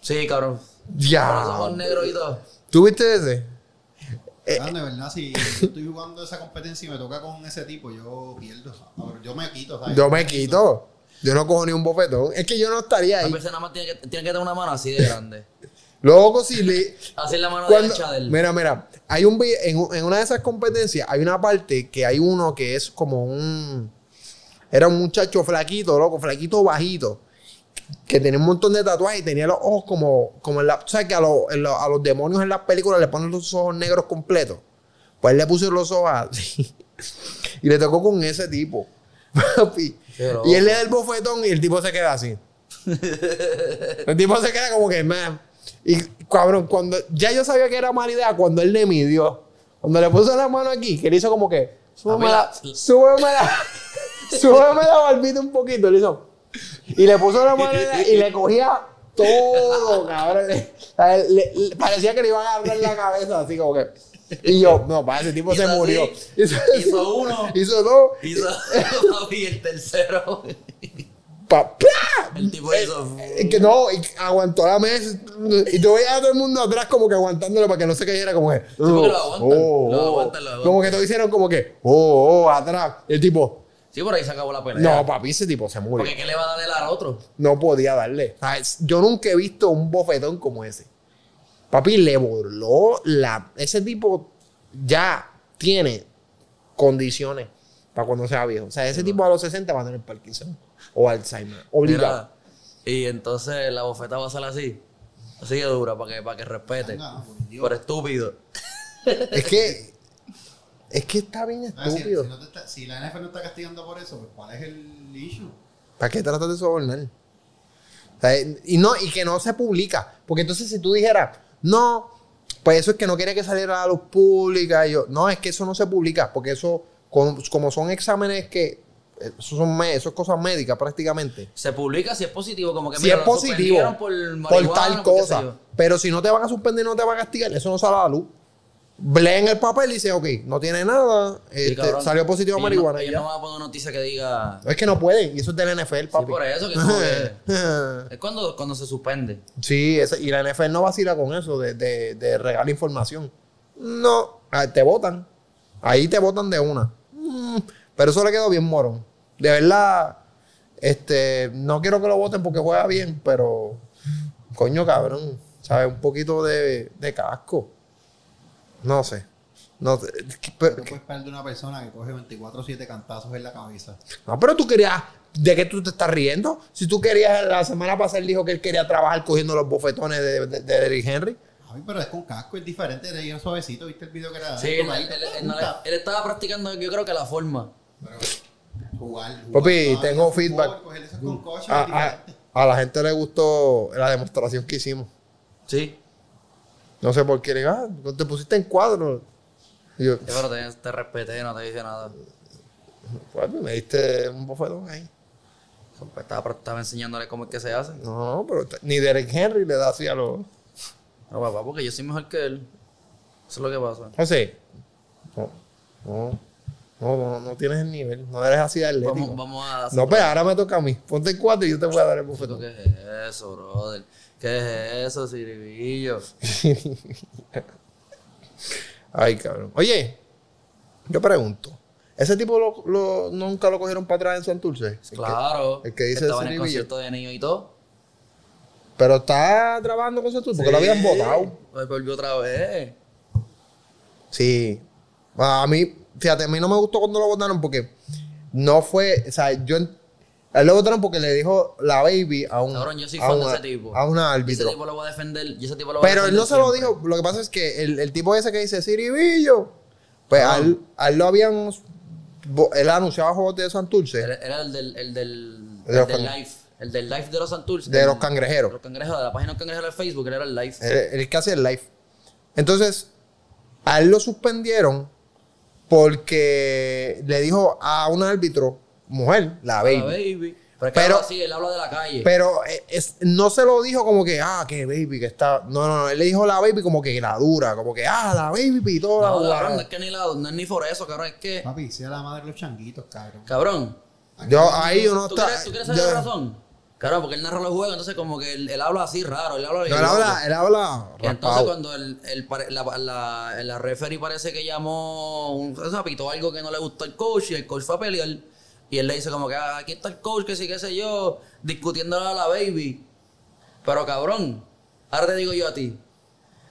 Sí, cabrón. Con los Ya. ojos negros y todo. ¿Tú viste ese? Eh, Cabrón, Ah, de verdad, si yo estoy jugando esa competencia y me toca con ese tipo, yo pierdo. cabrón. Yo me quito, ¿sabes? Yo me quito. Yo no cojo ni un bofetón. Es que yo no estaría A ahí. veces nada más tiene que, tiene que tener una mano así de grande. Loco, si le. Así es la mano cuando- derecha del. mira, mira. Hay un vi- en, un- en una de esas competencias hay una parte que hay uno que es como un. Era un muchacho flaquito, loco, flaquito bajito. Que tenía un montón de tatuajes y tenía los ojos como. como en la, o sea, que a, los- en los- a los demonios en las películas le ponen los ojos negros completos. Pues él le puso los ojos así. y le tocó con ese tipo. Papi. Qué loco. Y él le da el bofetón y el tipo se queda así. El tipo se queda como que, man. Y cabrón, cuando ya yo sabía que era mala idea, cuando él le midió, cuando le puso la mano aquí, que él hizo como que, súbeme la, A mí la- súbeme la, súbeme la barbita un poquito, le hizo. Y le puso la mano en la- y le cogía todo, cabrón. Le- a él le- le- parecía que le iban a agarrar la cabeza, así como que. Y yo, no, para ese tipo Hizo se así, murió. hizo uno. Hizo dos. Hizo, y el tercero. pa- ¡plá! El tipo hizo. Es Eh, que no, y aguantó la mesa. Y yo veía a todo el mundo atrás como que aguantándolo para que no se cayera como que. porque lo aguantan, oh, lo oh. aguantan, lo aguantan. Como que todos hicieron como que, oh, oh, atrás. Y el tipo, Sí, por ahí se acabó la pelea. no, papi, ese tipo se murió. Porque ¿qué le va a dar el al otro? No podía darle. O sea, es- Yo nunca he visto un bofetón como ese. Papi, le burló la. Ese tipo ya tiene condiciones para cuando sea viejo. O sea, ese tipo a los 60 va a tener Parkinson o Alzheimer. Obligado. Mira, y entonces la bofeta va a ser así. Así de dura, para que, para que respete. Venga, por Dios. Por estúpido. Es que. Es que está bien Ah, si- estúpido. Si, no te está- si la NFL no está castigando por eso, pues ¿cuál es el issue? ¿Para qué tratas de sobornar? O sea, y, no, y que no se publica. Porque entonces si tú dijeras, no, pues eso es que no quiere que saliera a la luz pública. y yo, no, es que eso no se publica. Porque eso, con- como son exámenes que... Eso, son, me- eso es cosas médicas prácticamente. Se publica si es positivo, como que Si mira, es lo positivo suspendieron por, por, marihuana, tal por qué sé cosa. yo. Pero si no te van a suspender, no te van a castigar. Eso no sale a la luz. Leen el papel y dice, ok, no tiene nada. Sí, este, cabrón. salió positivo Ellos marihuana. No, y ellos ya. no van a poner una noticia que diga. Es que no pueden. Y eso es del NFL, Sí, papi. por eso que no es. Es cuando, cuando se suspende. Sí, esa- y la NFL no vacila con eso de, de, de regalar información. No, ah, te votan. Ahí te votan de una. Mm, Pero eso le quedó bien morón. De verdad, este, no quiero que lo voten porque juega bien, pero coño cabrón, ¿sabes? Un poquito de, de casco. No sé. No, sé. Tú Pero- puedes perder una persona que coge 24-7 cantazos en la cabeza. no, pero tú querías. ¿De qué tú te estás riendo? Si tú querías, la semana pasada él dijo que él quería trabajar cogiendo los bofetones de, de, de Derrick Henry. A mí, pero es con casco, es diferente, era bien suavecito, ¿viste el video que era? Sí, él, él- él- él no le- él estaba practicando, yo creo que la forma. Jugar, jugar, Papi, todavía tengo fútbol, feedback. Ah, coger esos concochos, es a, diferente. a- a la gente le gustó la demostración que hicimos. Sí. No sé por qué. Le digo, ah, no te pusiste en cuadro. Y yo, Sí, Pero te, te respeté, no te dije nada. "Papi, me diste un bofetón ahí. Pues Estaba, estaba enseñándole cómo es que se hace. No, pero t- ni Derek Henry le da así a los. No, papá, porque yo soy mejor que él. Eso es lo que pasa. José. No, no, no, no, no tienes el nivel. No eres así de atlético. Vamos, vamos a. no, pero ahora me toca a mí. Ponte en cuadro y yo te voy a dar el Chico, bofetón. ¿Qué es eso, brother? ¿Qué es eso, Ciribillo? Ay, cabrón. Oye, yo pregunto. ¿Ese tipo lo- lo- nunca lo cogieron para atrás en Santurce? Claro. el que dice Estaba en el Ciribillo. concierto de niño y todo. Pero está trabajando con Santurce porque lo habían votado. Pues volvió otra vez. Sí. A mí, fíjate, a mí no me gustó cuando lo votaron porque no fue, o sea, yo en- a él lo votaron porque le dijo la baby a un Cabrón, yo soy a fan de una- ese tipo. a una Y ese árbitro. tipo lo voy a defender. Y ese tipo lo voy a Pero él defender no se lo siempre. dijo, lo que pasa es que el, el tipo ese que dice Ciribillo, pues Ah. a él, a él lo habían bo- él anunciaba juegos de Santurce Era, era el del, el del, De los el del can- live. El del live de los Santurce. de del- los de cangrejeros. Eh, los cangrejos, de la página de los cangrejos de Facebook, él era el live. Él, él es que hace el live. Entonces, a él lo suspendieron porque le dijo a un árbitro mujer, la baby. La baby. Pero es que Pero- habla así, él habla de la calle. Pero eh, es- no se lo dijo como que, ah, que baby, que está. No, no, no. Él le dijo la baby como que la dura, como que, ah, la baby y toda no, la cabrón, no guarra. es que ni la, no es ni por eso, cabrón, es que. Ah. Papi, sea la madre de los changuitos, cabrón. Cabrón. Yo ahí yo no ¿Tú está- quieres, tú quieres saber yo- la razón? Claro, porque él narra los juegos, entonces como que él, él habla así raro, él habla no, bien él loco. habla, él habla Y entonces raspado. cuando el, el pare- la, la, la referee parece que llamó, un, o sea, pitó algo que no le gustó al coach y el coach fue a pelear y él le dice como que "Ah, aquí está el coach que sí, qué sé yo, discutiendo a la baby. Pero cabrón, ahora te digo yo a ti.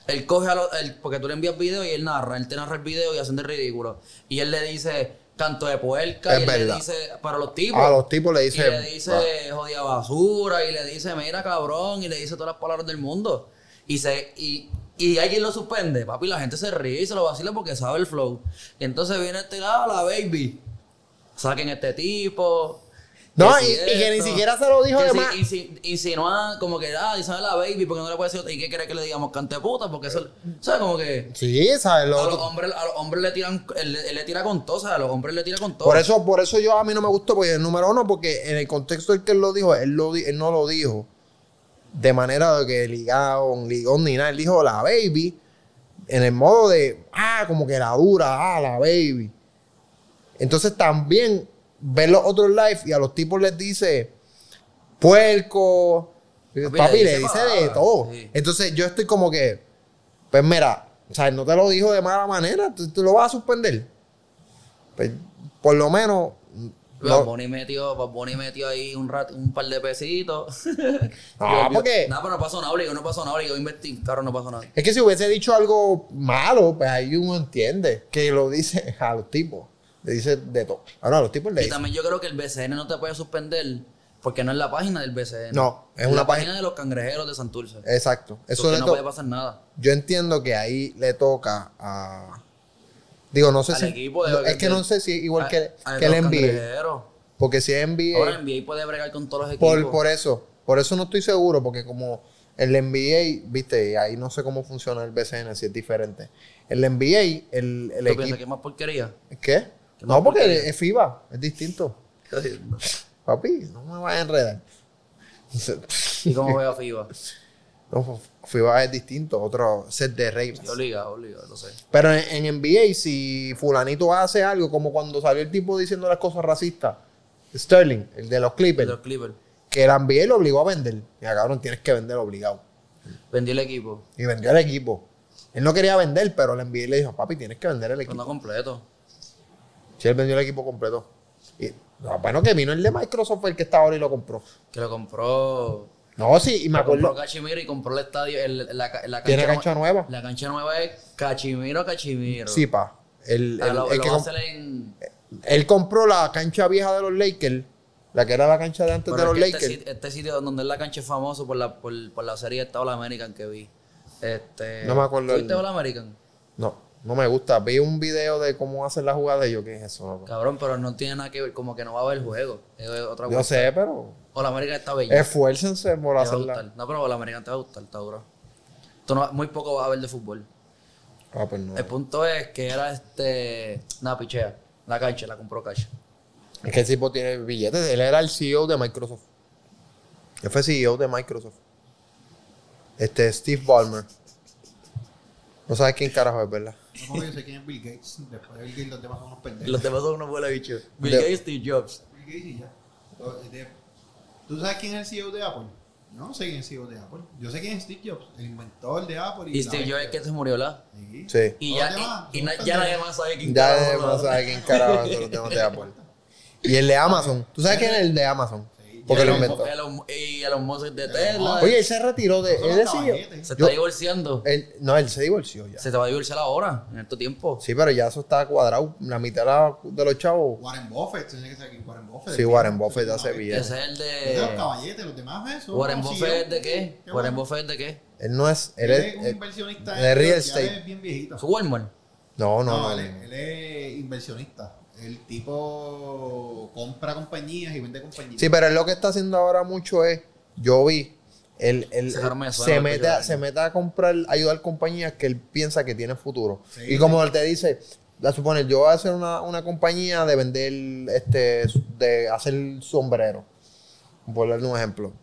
Él coge a los, él- porque tú le envías video y él narra, él te narra el video y hacen de ridículo. Y él le dice canto de puerca Es y él le verdad. dice para los tipos. A los tipos le Y le dice. dice jodida basura, y le dice mira cabrón, y le dice todas las palabras del mundo. Y se y, y alguien lo suspende, papi, la gente se ríe y se lo vacila porque sabe el flow. Y entonces viene este lado, la baby. Saquen este tipo. No, si y- y que ni esto, siquiera se lo dijo que de si- más. insi- Insinuan como que, ah, y sabe la baby, porque no le puede decir otra. ¿Y qué quiere que le digamos? Cante puta, porque eso, ¿sabes? Como que Sí, ¿sabes? a Lo los otro- hombres, a los hombres le tiran, él, él le tira con todo, o sea, a los hombres le tira con todo. Por eso, por eso yo a mí no me gustó, porque el número uno, porque en el contexto en que él lo dijo, él, lo, di- él no lo dijo de manera de que ligado, ligón ni nada. Él dijo la baby en el modo de, ah, como que la dura, ah, la baby. Entonces también ver los otros live y a los tipos les dice puerco, papi, le dice, de palabras, todo. sí. Entonces yo estoy como que, pues mira, o sea, no te lo dijo de mala manera, tú, tú lo vas a suspender. Pues, por lo menos, Bad no, Bunny metió, Bad Bunny metió ahí un, rat- un par de pesitos. Ah, Y volvió- porque- Nada, pero no pasó nada, obligó, no pasó nada, obligó, invertí. Claro, no pasó nada. es que si hubiese dicho algo malo, pues ahí uno entiende que lo dice a los tipos, le dice de todo. Ahora a los tipos le Y dice, también yo creo que el BCN no te puede suspender porque no es la página del BCN. No, es una la página página- de los cangrejeros de Santurce. exacto, eso Porque le no to- puede pasar nada. Yo entiendo que ahí le toca a. Digo, no sé Al si. equipo de- no, es que de- no sé si igual A- que, a que los el NBA. cangrejeros. Porque si es Ahora NBA. el NBA puede bregar con todos los equipos. Por, por eso. Por eso no estoy seguro, porque como el NBA, viste, ahí no sé cómo funciona el BCN, si es diferente. El NBA, el, el ¿Tú piensas que equipo. es más porquería? ¿Qué? que No, más porque porquería? es FIBA, es distinto. Papi, no me vas a enredar. ¿Y cómo juega FIBA? No, FIBA es distinto, otro set de reglas. Sí, Obligado, obligado, lo sé. Pero en, en NBA, si fulanito hace algo, como cuando salió el tipo diciendo las cosas racistas, Sterling, el de los De Clippers, los Clippers. que el NBA lo obligó a vender. Mira, cabrón, tienes que vender obligado. Vendió el equipo. Y vendió el equipo. Él no quería vender, pero el NBA le dijo, papi, tienes que vender el Pero equipo. no completo. Si él vendió el equipo completo. Y, no, bueno, que vino el de Microsoft, el que está ahora y lo compró. Que lo compró. No, sí, y me Compró acuerdo. Cachimiro y compró el estadio. el- la, ca- la cancha Tiene nue- cancha nueva. La cancha nueva es Cachimiro, Cachimiro. Sí, pa. El, Ah, el- lo, el lo que va a comp- hacer en. él compró la cancha vieja de los Lakers, la que era la cancha de antes Pero de los es que este, Lakers. sit- este sitio donde es la cancha es famoso por la, por, por la serie de All American que vi. Este, No me acuerdo ¿Viste el- All American? No, no me gusta. Vi un video de cómo hacen la jugada y yo, ¿qué es eso? No, no. Cabrón, pero no tiene nada que ver. Como que no va a haber juego. Es otra Yo cosa. sé, pero All American está bella. esfuércense por te va a hacerla. gustar. No, pero All American te va a gustar, está duro. Tú no- muy poco vas a ver de fútbol. Ah, pues no. El punto es que era este. Nada, pichea. La cancha, la compró Cash. Es que el tipo tiene billetes. Él era el CEO de Microsoft. Él fue CEO de Microsoft. Este, Steve Ballmer. No sabes quién carajo es, ¿verdad? No, papi, yo sé quién es Bill Gates. Después de Bill Gates, los demás son unos pendejos. Los demás son unos buenos bichos. Bill De- Gates y Steve Jobs. Bill Gates y ya. Lo- de- ¿Tú sabes quién es el CEO de Apple? Yo no sé quién es el CEO de Apple. Yo sé quién es Steve Jobs, el inventor de Apple. Y Steve la- Jobs es que se murió, ¿verdad? Sí. Sí. Y Los ya, demás, y, y son na- pendejos. ya nadie más sabe quién Ya carajo debemos es, ¿verdad? saber quién carajo es, los temas de Apple. Y el de Amazon. ¿Tú sabes quién es el de Amazon? Sí. Porque lo Elon inventó. Elon- Y Elon Musk de Tesla. Oye, él se retiró de. Son los Él es E CEO. caballetes. se yo- Eh, está divorciando. Él- no, él se divorció ya. Se te va a divorciar ahora, en estos tiempos. Sí, pero ya eso está cuadrado. La mitad de la- de los chavos. Warren Buffett, tiene que ser quién es Warren Buffett. Sí, el Warren tipo, Buffett no, hace no, bien. Ese es el Es de los de. caballetes, los demás eh, son Warren unos Buffett CEOs. de qué? Qué Warren bueno. Buffett de qué? Él no es. Él Él es. es un él- inversionista de real ya estate. es bien viejito. Su Walmart. no, no, No, no. él, no. es- él es inversionista. El tipo compra compañías y vende compañías. Sí, pero él lo que está haciendo ahora mucho es. Yo vi. Él, él- Ese arma de suelo se, que mete yo a, daño. se mete a comprar, ayudar compañías que él piensa que tienen futuro. Sí. y como él te dice, a suponer, yo voy a hacer una, una compañía de vender, este, de hacer sombrero, por darle un ejemplo.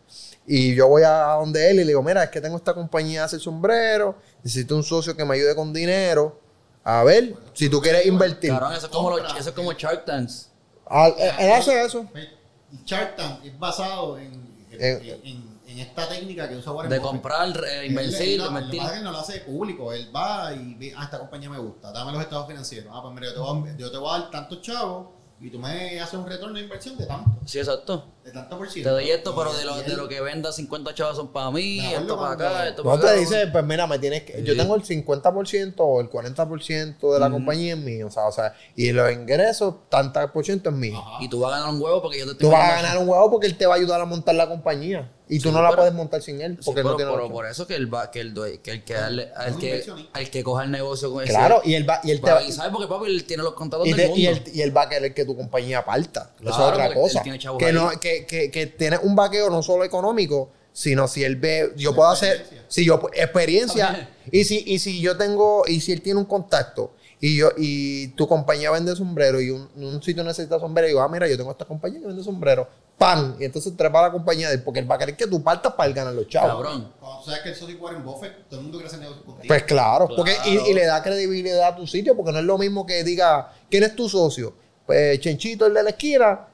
Y yo voy a donde él y le digo, mira, es que tengo esta compañía de hacer sombrero, necesito un socio que me ayude con dinero. A ver, si tú quieres invertir. Cabrón, eso es como, los- eso es como Shark Tanks. Ah, él- él hace eso. El Shark Tank Pues, es basado en, en, En- en- en esta técnica que usa Warren De Buffett. comprar, eh, invertir, Él- no, Lo que invertir. pasa es que él no lo hace público. Él va y ve, ah, esta compañía me gusta, dame los estados financieros. Ah, pues mira, yo te voy a, yo te voy a dar tantos chavos y tú me haces un retorno de inversión de tanto, Sí, exacto. de tanto por Te ciento. doy esto, pero de Y lo, él- de lo que venda 50 chavos son para mí, Me acuerdo esto para cuando- acá, esto para No acá. te dice, pues mira, me tienes que, yo Sí. tengo el 50% o el 40% de la compañía es mío, o sea, o sea, y los ingresos, tanta por ciento es mío. Ajá. Y tú vas a ganar un huevo porque yo te estoy Tú vas a mandando- ganar un huevo porque él te va a ayudar a montar la compañía y tú no la pero- puedes montar sin él Sí, porque pero, no tiene pero la- por eso que él va, que el due- que el que darle- Es al un que, inversionista. al que coja el negocio con ese- Claro, y él va y él te Va, va y sabe porque papi él tiene los contratos y, del te- mundo. y él, y él va a querer que tu compañía parta. Eso Claro, es otra porque él cosa. tiene chavos Que, ahí. no, que, que, que tiene un vaqueo no solo económico, sino si él ve, yo puedo hacer, experiencia. si yo, experiencia, y si, y si yo tengo, y si él tiene un contacto, y yo, y tu compañía vende sombrero, y un, un sitio necesita sombrero, y yo, ah, mira, yo tengo esta compañía que vende sombrero, ¡pam! Y entonces trepa la compañía de él, porque él va a querer que tú partas para él ganar los chavos. Cabrón. Cuando tú sabes que el socio es Warren Buffett, todo el mundo quiere hacer negocios contigo. Pues claro, porque y, Claro. y le da credibilidad a tu sitio, porque no es lo mismo que diga, ¿quién es tu socio? Pues Chenchito, el de la esquina.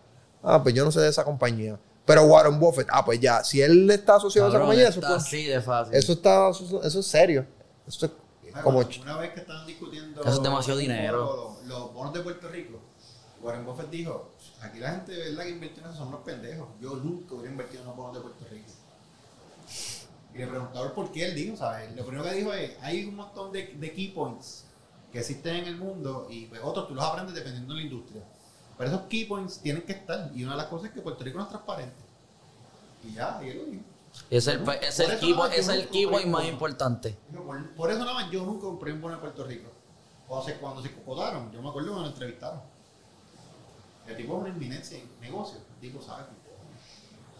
Ah, pues yo no sé de esa compañía. Pero Warren Buffett, ah, pues ya, si él está asociado Cabrón, a esa compañía, eso, está pues, así de fácil. eso está, eso, eso es serio. Eso es Bueno, como... una vez que estaban discutiendo Eso es demasiado dinero. Los, los bonos de Puerto Rico, Warren Buffett dijo, aquí la gente verdad que invirtió en eso son unos pendejos. Yo nunca hubiera invertido en los bonos de Puerto Rico. Y le preguntaron por qué él dijo, ¿sabes? Lo primero que dijo es, hay un montón de, de key points que existen en el mundo y pues, otros tú los aprendes dependiendo de la industria. Pero esos key points tienen que estar. Y una de las cosas es que Puerto Rico no es transparente. Y ya, y él lo dijo. es el, pa- es Por el eso equipo, no, yo es el no equipo compré más uno. importante. Digo, Por, por eso nada más yo nunca compré un bono de Puerto Rico. O sea, cuando se cocotaron, yo me acuerdo cuando lo entrevistaron. El tipo es una inminencia en negocios. El tipo sabe.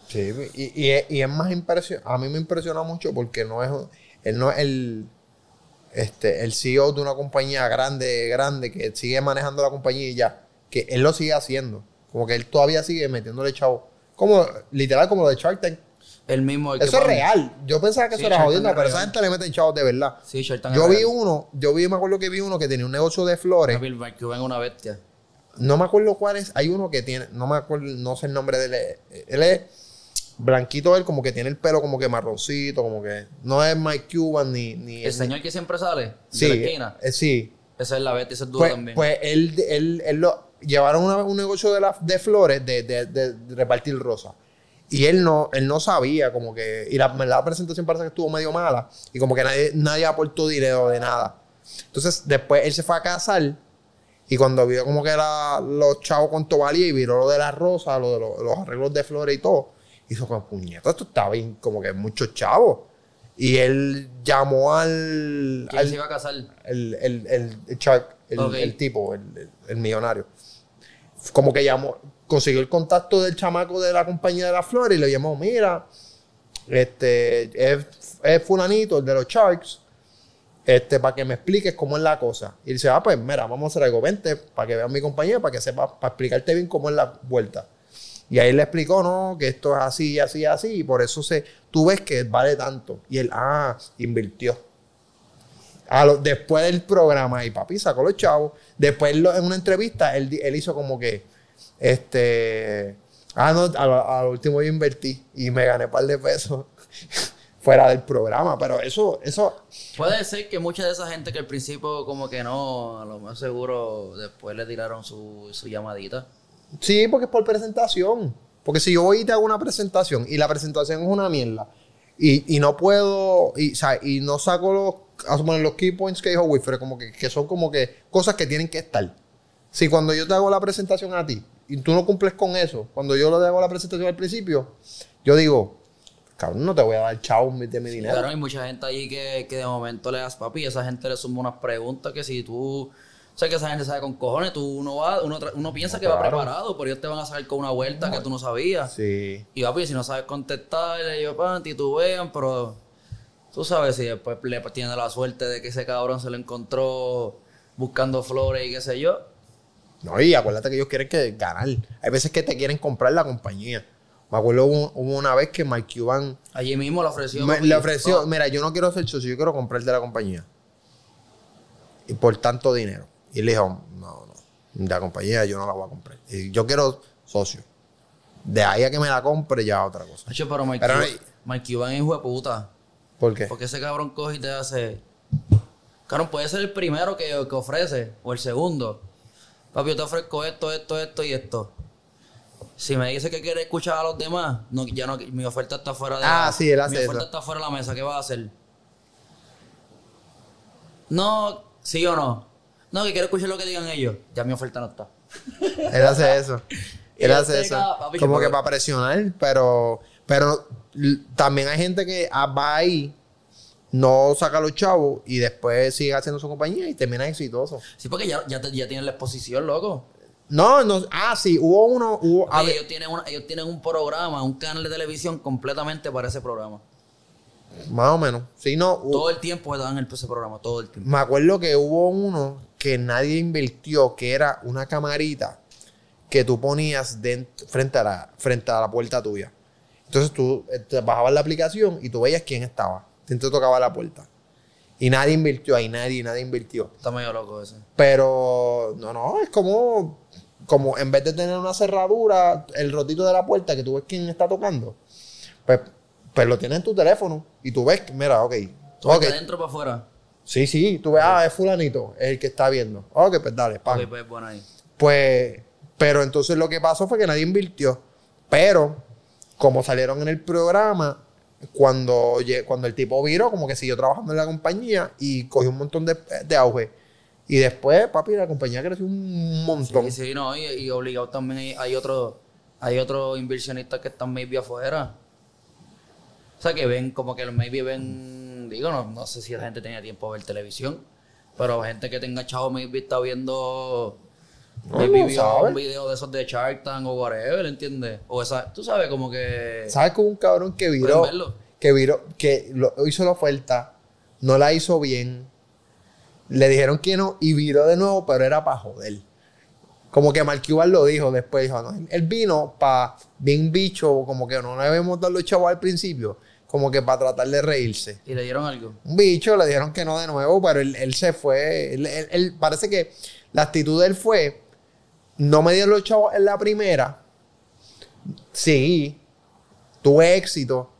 Sí, y, y, es- y es más impresionante. A mí me impresiona mucho porque no es. Él no es el. Este, el CEO de una compañía grande, grande, que sigue manejando la compañía y ya. Que él lo sigue haciendo. Como que él todavía sigue metiéndole chavo. Como, literal, como lo de Shark Tank. El mismo. el que Eso es paga- real. Yo pensaba que Sí, eso era Shark jodiendo, Tank es pero esa real. gente le meten chavos de verdad. Sí, Shark Tank Yo es vi real. uno, yo vi, me acuerdo que vi uno que tenía un negocio de flores. Papi, el que venga una bestia. No me acuerdo cuál es. Hay uno que tiene, no me acuerdo, no sé el nombre de él. Eh, Él es blanquito, él como que tiene el pelo como que marroncito, como que no es Mike Cuban ni. ni El señor que siempre sale sí, de la esquina. eh, sí. Esa es la bestia, ese es duro Pues, también. pues él, él, él lo llevaron una vez un negocio de, la- de flores, de, de- de repartir rosas. Y él no, él no sabía, como que. Y la, la presentación parece que estuvo medio mala. Y como que nadie, nadie aportó dinero de nada. Entonces, después él se fue a casar. Y cuando vio como que era los chavos con Tobalía y vio lo de las rosas, lo de lo- los arreglos de flores y todo, hizo con puñetas. Esto estaba bien, como que muchos chavos. Y él llamó al. ¿Quién al- se iba a casar? el, el, el, el shark, el, Ok. el tipo, el, el- el millonario. Como que llamó, consiguió el contacto del chamaco de la compañía de las flores y le llamó, mira, este, es, es fulanito, el de los sharks, este, para que me expliques cómo es la cosa. Y dice, ah, pues mira, vamos a hacer algo, vente, para que veas mi compañía, para que sepas, para explicarte bien cómo es la vuelta. Y ahí le explicó, no, que esto es así, así, así, y por eso se, tú ves que vale tanto. Y él, ah, invirtió. A lo- después del programa, y papi sacó los chavos. Después lo- en una entrevista, él, di- él hizo como que, este, ah, no, a lo, a lo último yo invertí y me gané un par de pesos fuera del programa. Pero eso, eso, Puede ser que mucha de esa gente que al principio como que no, a lo más seguro después le tiraron su, su llamadita. sí, porque es por presentación. Porque si yo voy y te hago una presentación y la presentación es una mierda y, y no puedo, y, o sea, y no saco los, a suponer, los key points que dijo Wilfred, como que, que son como que cosas que tienen que estar. Si cuando yo te hago la presentación a ti y tú no cumples con eso, cuando yo le hago la presentación al principio, yo digo, cabrón, no te voy a dar chao de mi dinero. Claro, hay mucha gente ahí que, que de momento le das papi, esa gente le suma unas preguntas que si tú, o sea que esa gente sabe con cojones, tú uno va, uno, tra- uno piensa que va Claro. preparado, pero ellos te van a sacar con una vuelta que tú no sabías. Sí. Y papi, si no sabes contestar, ellos pan, titubean, pero tú sabes si después le tiene la suerte de que ese cabrón se lo encontró buscando flores y qué sé yo. No, y acuérdate que ellos quieren que ganar. Hay veces que te quieren comprar la compañía. Me acuerdo hubo, hubo una vez que Mike Cuban Allí mismo le ofreció. me- papi, le ofreció, todo. mira, yo no quiero ser socio, yo quiero comprarte la compañía. Y por tanto dinero. Y él dijo, no, no, la compañía yo no la voy a comprar. Y yo quiero socio. De ahí a que me la compre ya otra cosa. Hacho, pero Mike, Pero no- Cuban, Mike Cuban es hijo de puta. ¿Por qué? Porque ese cabrón coge y te hace. Cabrón, puede ser el primero que, que ofrece o el segundo. Papi, yo te ofrezco esto, esto, esto y esto. Si me dice que quiere escuchar a los demás, no, ya no, mi oferta está fuera de Ah, la, sí, él hace Mi oferta eso. está fuera de la mesa, ¿qué vas a hacer? No, sí o no. No, que quiero escuchar lo que digan ellos. Ya mi oferta no está. Él hace eso. Y Él yo hace sé, eso. cada- papi, Como yo que puedo- para presionar, pero, pero l- también hay gente que ah, va ahí, no saca a los chavos y después sigue haciendo su compañía y termina exitoso. Sí, porque ya, ya, te- ya tienen la exposición, loco. No, no, ah, sí, hubo uno, hubo, a Oye, ver, ellos, tienen una- ellos tienen un programa, un canal de televisión completamente para ese programa. más o menos. Sí, no, hu- Todo el tiempo dan el ese programa, todo el tiempo. me acuerdo que hubo uno que nadie invirtió, que era una camarita que tú ponías dent- frente, a la, frente a la puerta tuya. Entonces tú eh, te bajabas la aplicación y tú veías quién estaba. Entonces tocaba la puerta. Y nadie invirtió ahí, nadie, nadie invirtió. Está medio loco ese. Pero, no, no, es como, como en vez de tener una cerradura, el rotito de la puerta que tú ves quién está tocando, pues, pues lo tienes en tu teléfono y tú ves, mira, ok, Tú ok, de adentro para afuera. sí, sí, tú ves, ah, es fulanito, es el que está viendo, ok, pues dale, pan. Ok, pues bueno ahí. Pues, pero entonces lo que pasó fue que nadie invirtió. Pero, como salieron en el programa, cuando, lle- cuando el tipo viró, como que siguió trabajando en la compañía y cogió un montón de, de auge. Y después, papi, la compañía creció un montón. Sí, sí, no, y, y obligado también hay, hay otros hay otros inversionistas que están maybe afuera. O sea, que ven como que los maybe ven, digo, no, no sé si la gente tenía tiempo de ver televisión, pero gente que tenga chavo maybe está viendo No, maybe no vio sabe. un video de esos de Shark Tank o whatever, ¿entiendes? O esa, tú sabes como que ¿Sabes que hubo un cabrón que viró? Pueden verlo. Que viró, que lo- hizo la oferta, no la hizo bien, le dijeron que no y viró de nuevo, pero era para joder. Como que Mark Cuban lo dijo después, dijo, no, él vino para bien bicho, como que no le debemos dar los chavos al principio, como que para tratar de reírse. y le dieron algo. Un bicho, le dijeron que no de nuevo, pero él, él se fue, él, él- él- parece que la actitud de él fue, no me dieron los chavos en la primera, sí, tuve éxito,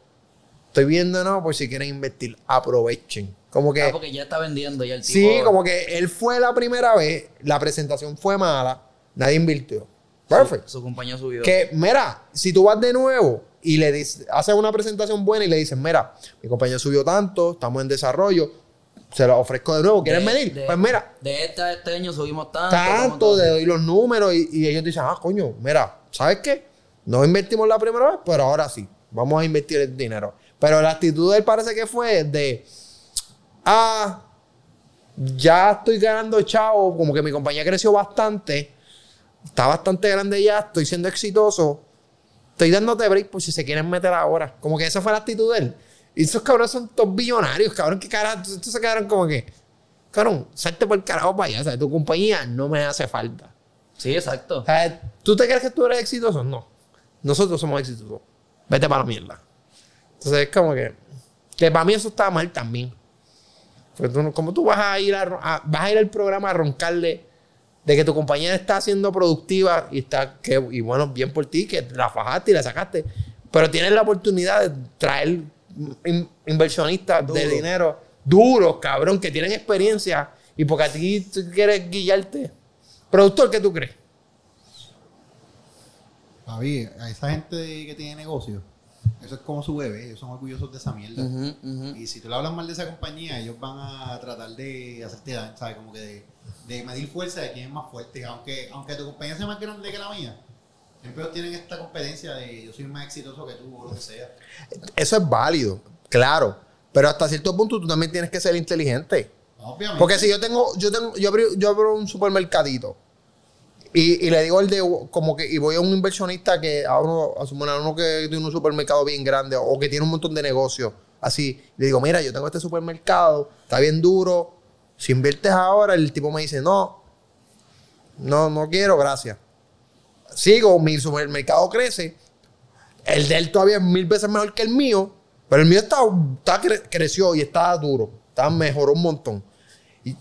estoy viendo, no, por si quieren invertir, aprovechen. Como que... Ah, porque ya está vendiendo ya el tipo. Sí, como que él fue la primera vez, la presentación fue mala, nadie invirtió. Perfecto. Su, su compañía subió. Que, mira, si tú vas de nuevo y le dices, haces una presentación buena y le dices, mira, mi compañero subió tanto, estamos en desarrollo, se lo ofrezco de nuevo, ¿quieren De- venir? de- pues mira, De este a este año subimos tanto. tanto, como le doy los números y, y ellos dicen, ah, coño, mira, ¿sabes qué? No invertimos la primera vez, pero ahora sí, vamos a invertir el dinero. Pero la actitud de él parece que fue de, ah, ya estoy ganando chavo, como que mi compañía creció bastante, está bastante grande ya, estoy siendo exitoso, estoy dándote break por si se quieren meter ahora. Como que esa fue la actitud de él. Y esos cabrones son todos billonarios, cabrón, que carajo, entonces se quedaron como que, cabrón, salte por el carajo para allá, o sea, tu compañía no me hace falta. Sí, exacto. O sea, ¿tú te crees que tú eres exitoso? No. Nosotros somos exitosos. Vete para la mierda. Entonces es como que, que para mí eso está mal también. Porque tú no- ¿Cómo tú vas a ir, a, ro- a- vas a ir al programa a roncarle de que tu compañía está siendo productiva y está que, y bueno, bien por ti, que la fajaste y la sacaste, pero tienes la oportunidad de traer in- inversionistas de Duro. dinero duros, cabrón, que tienen experiencia y porque a ti tú quieres guiarte. Productor, ¿qué tú crees? Javi, a esa gente que tiene negocio, eso es como su bebé, ellos son orgullosos de esa mierda. Ujú, ujú. Y si tú le hablas mal de esa compañía, ellos van a tratar de hacerte daño, ¿sabes? Como que de, de medir fuerza de quién es más fuerte. Aunque, aunque tu compañía sea más grande que la mía, siempre ellos tienen esta competencia de yo soy más exitoso que tú o lo que sea. Eso es válido, claro. Pero hasta cierto punto tú también tienes que ser inteligente. Obviamente. Porque si yo tengo, yo tengo, yo abro, yo abro un supermercadito y, y le digo al de como que, y voy a un inversionista que a uno, a su- bueno, a uno que tiene un supermercado bien grande o que tiene un montón de negocios, así, le digo, mira, yo tengo este supermercado, está bien duro, Si inviertes ahora, el tipo me dice, no, no, no quiero, gracias. Sigo, mi supermercado crece. El de él todavía es mil veces mejor que el mío, pero el mío está, está cre- creció y está duro, está mejoró un montón. Y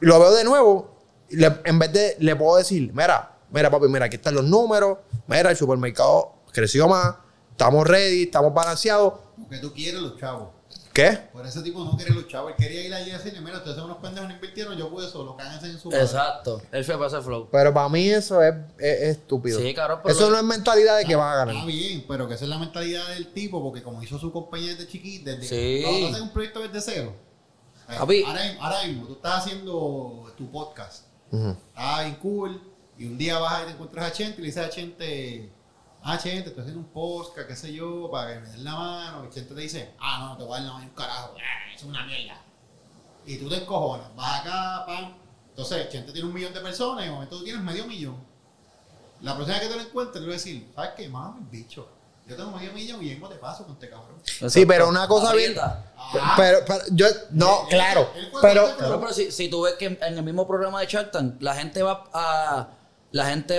lo veo de nuevo, y le- en vez de, le puedo decir, mira, mira papi, mira, aquí están los números, mira, el supermercado creció más, estamos ready, estamos balanceados. Porque tú quieres los chavos. ¿Qué? Por ese tipo no quiere los chavos. Él quería ir allí y decirle, mira, ustedes son unos pendejos, no invirtieron, yo pude solo, cánganse en su madre. Exacto. Él fue a pasar flow. Pero para mí eso es, es- es estúpido. Sí, cabrón, pero eso lo- Ah. no es mentalidad de que vas a Está ganar. bien, pero que esa es la mentalidad del tipo, porque como hizo su compañía desde chiquito, desde Sí. cuando haces un proyecto desde cero. Eh, Papi. Ahora, ahora mismo, tú estás haciendo tu podcast. Ujú. Está bien cool. Y un día vas y te encuentras a Chente y le dices a Chente, ah, Chente, estoy haciendo un podcast, qué sé yo, para que me den la mano. Y Chente te dice, ah, no, no te voy a dar la mano un carajo, ah, eso es una mierda. Y tú te encojonas, vas acá, pam. Entonces, Chente tiene un millón de personas y de momento tú tienes medio millón. La próxima vez que te lo encuentres, le voy a decir, ¿sabes qué? Mami, bicho, yo tengo medio millón y mismo te paso con este cabrón. Sí, pero una cosa bien- Aprieta. Ah, Pero, pero yo, no, Él- claro. él fue Pero, bastante Cabrón, pero si, si tú ves que en el mismo programa de Shark Tank, la gente va a. La gente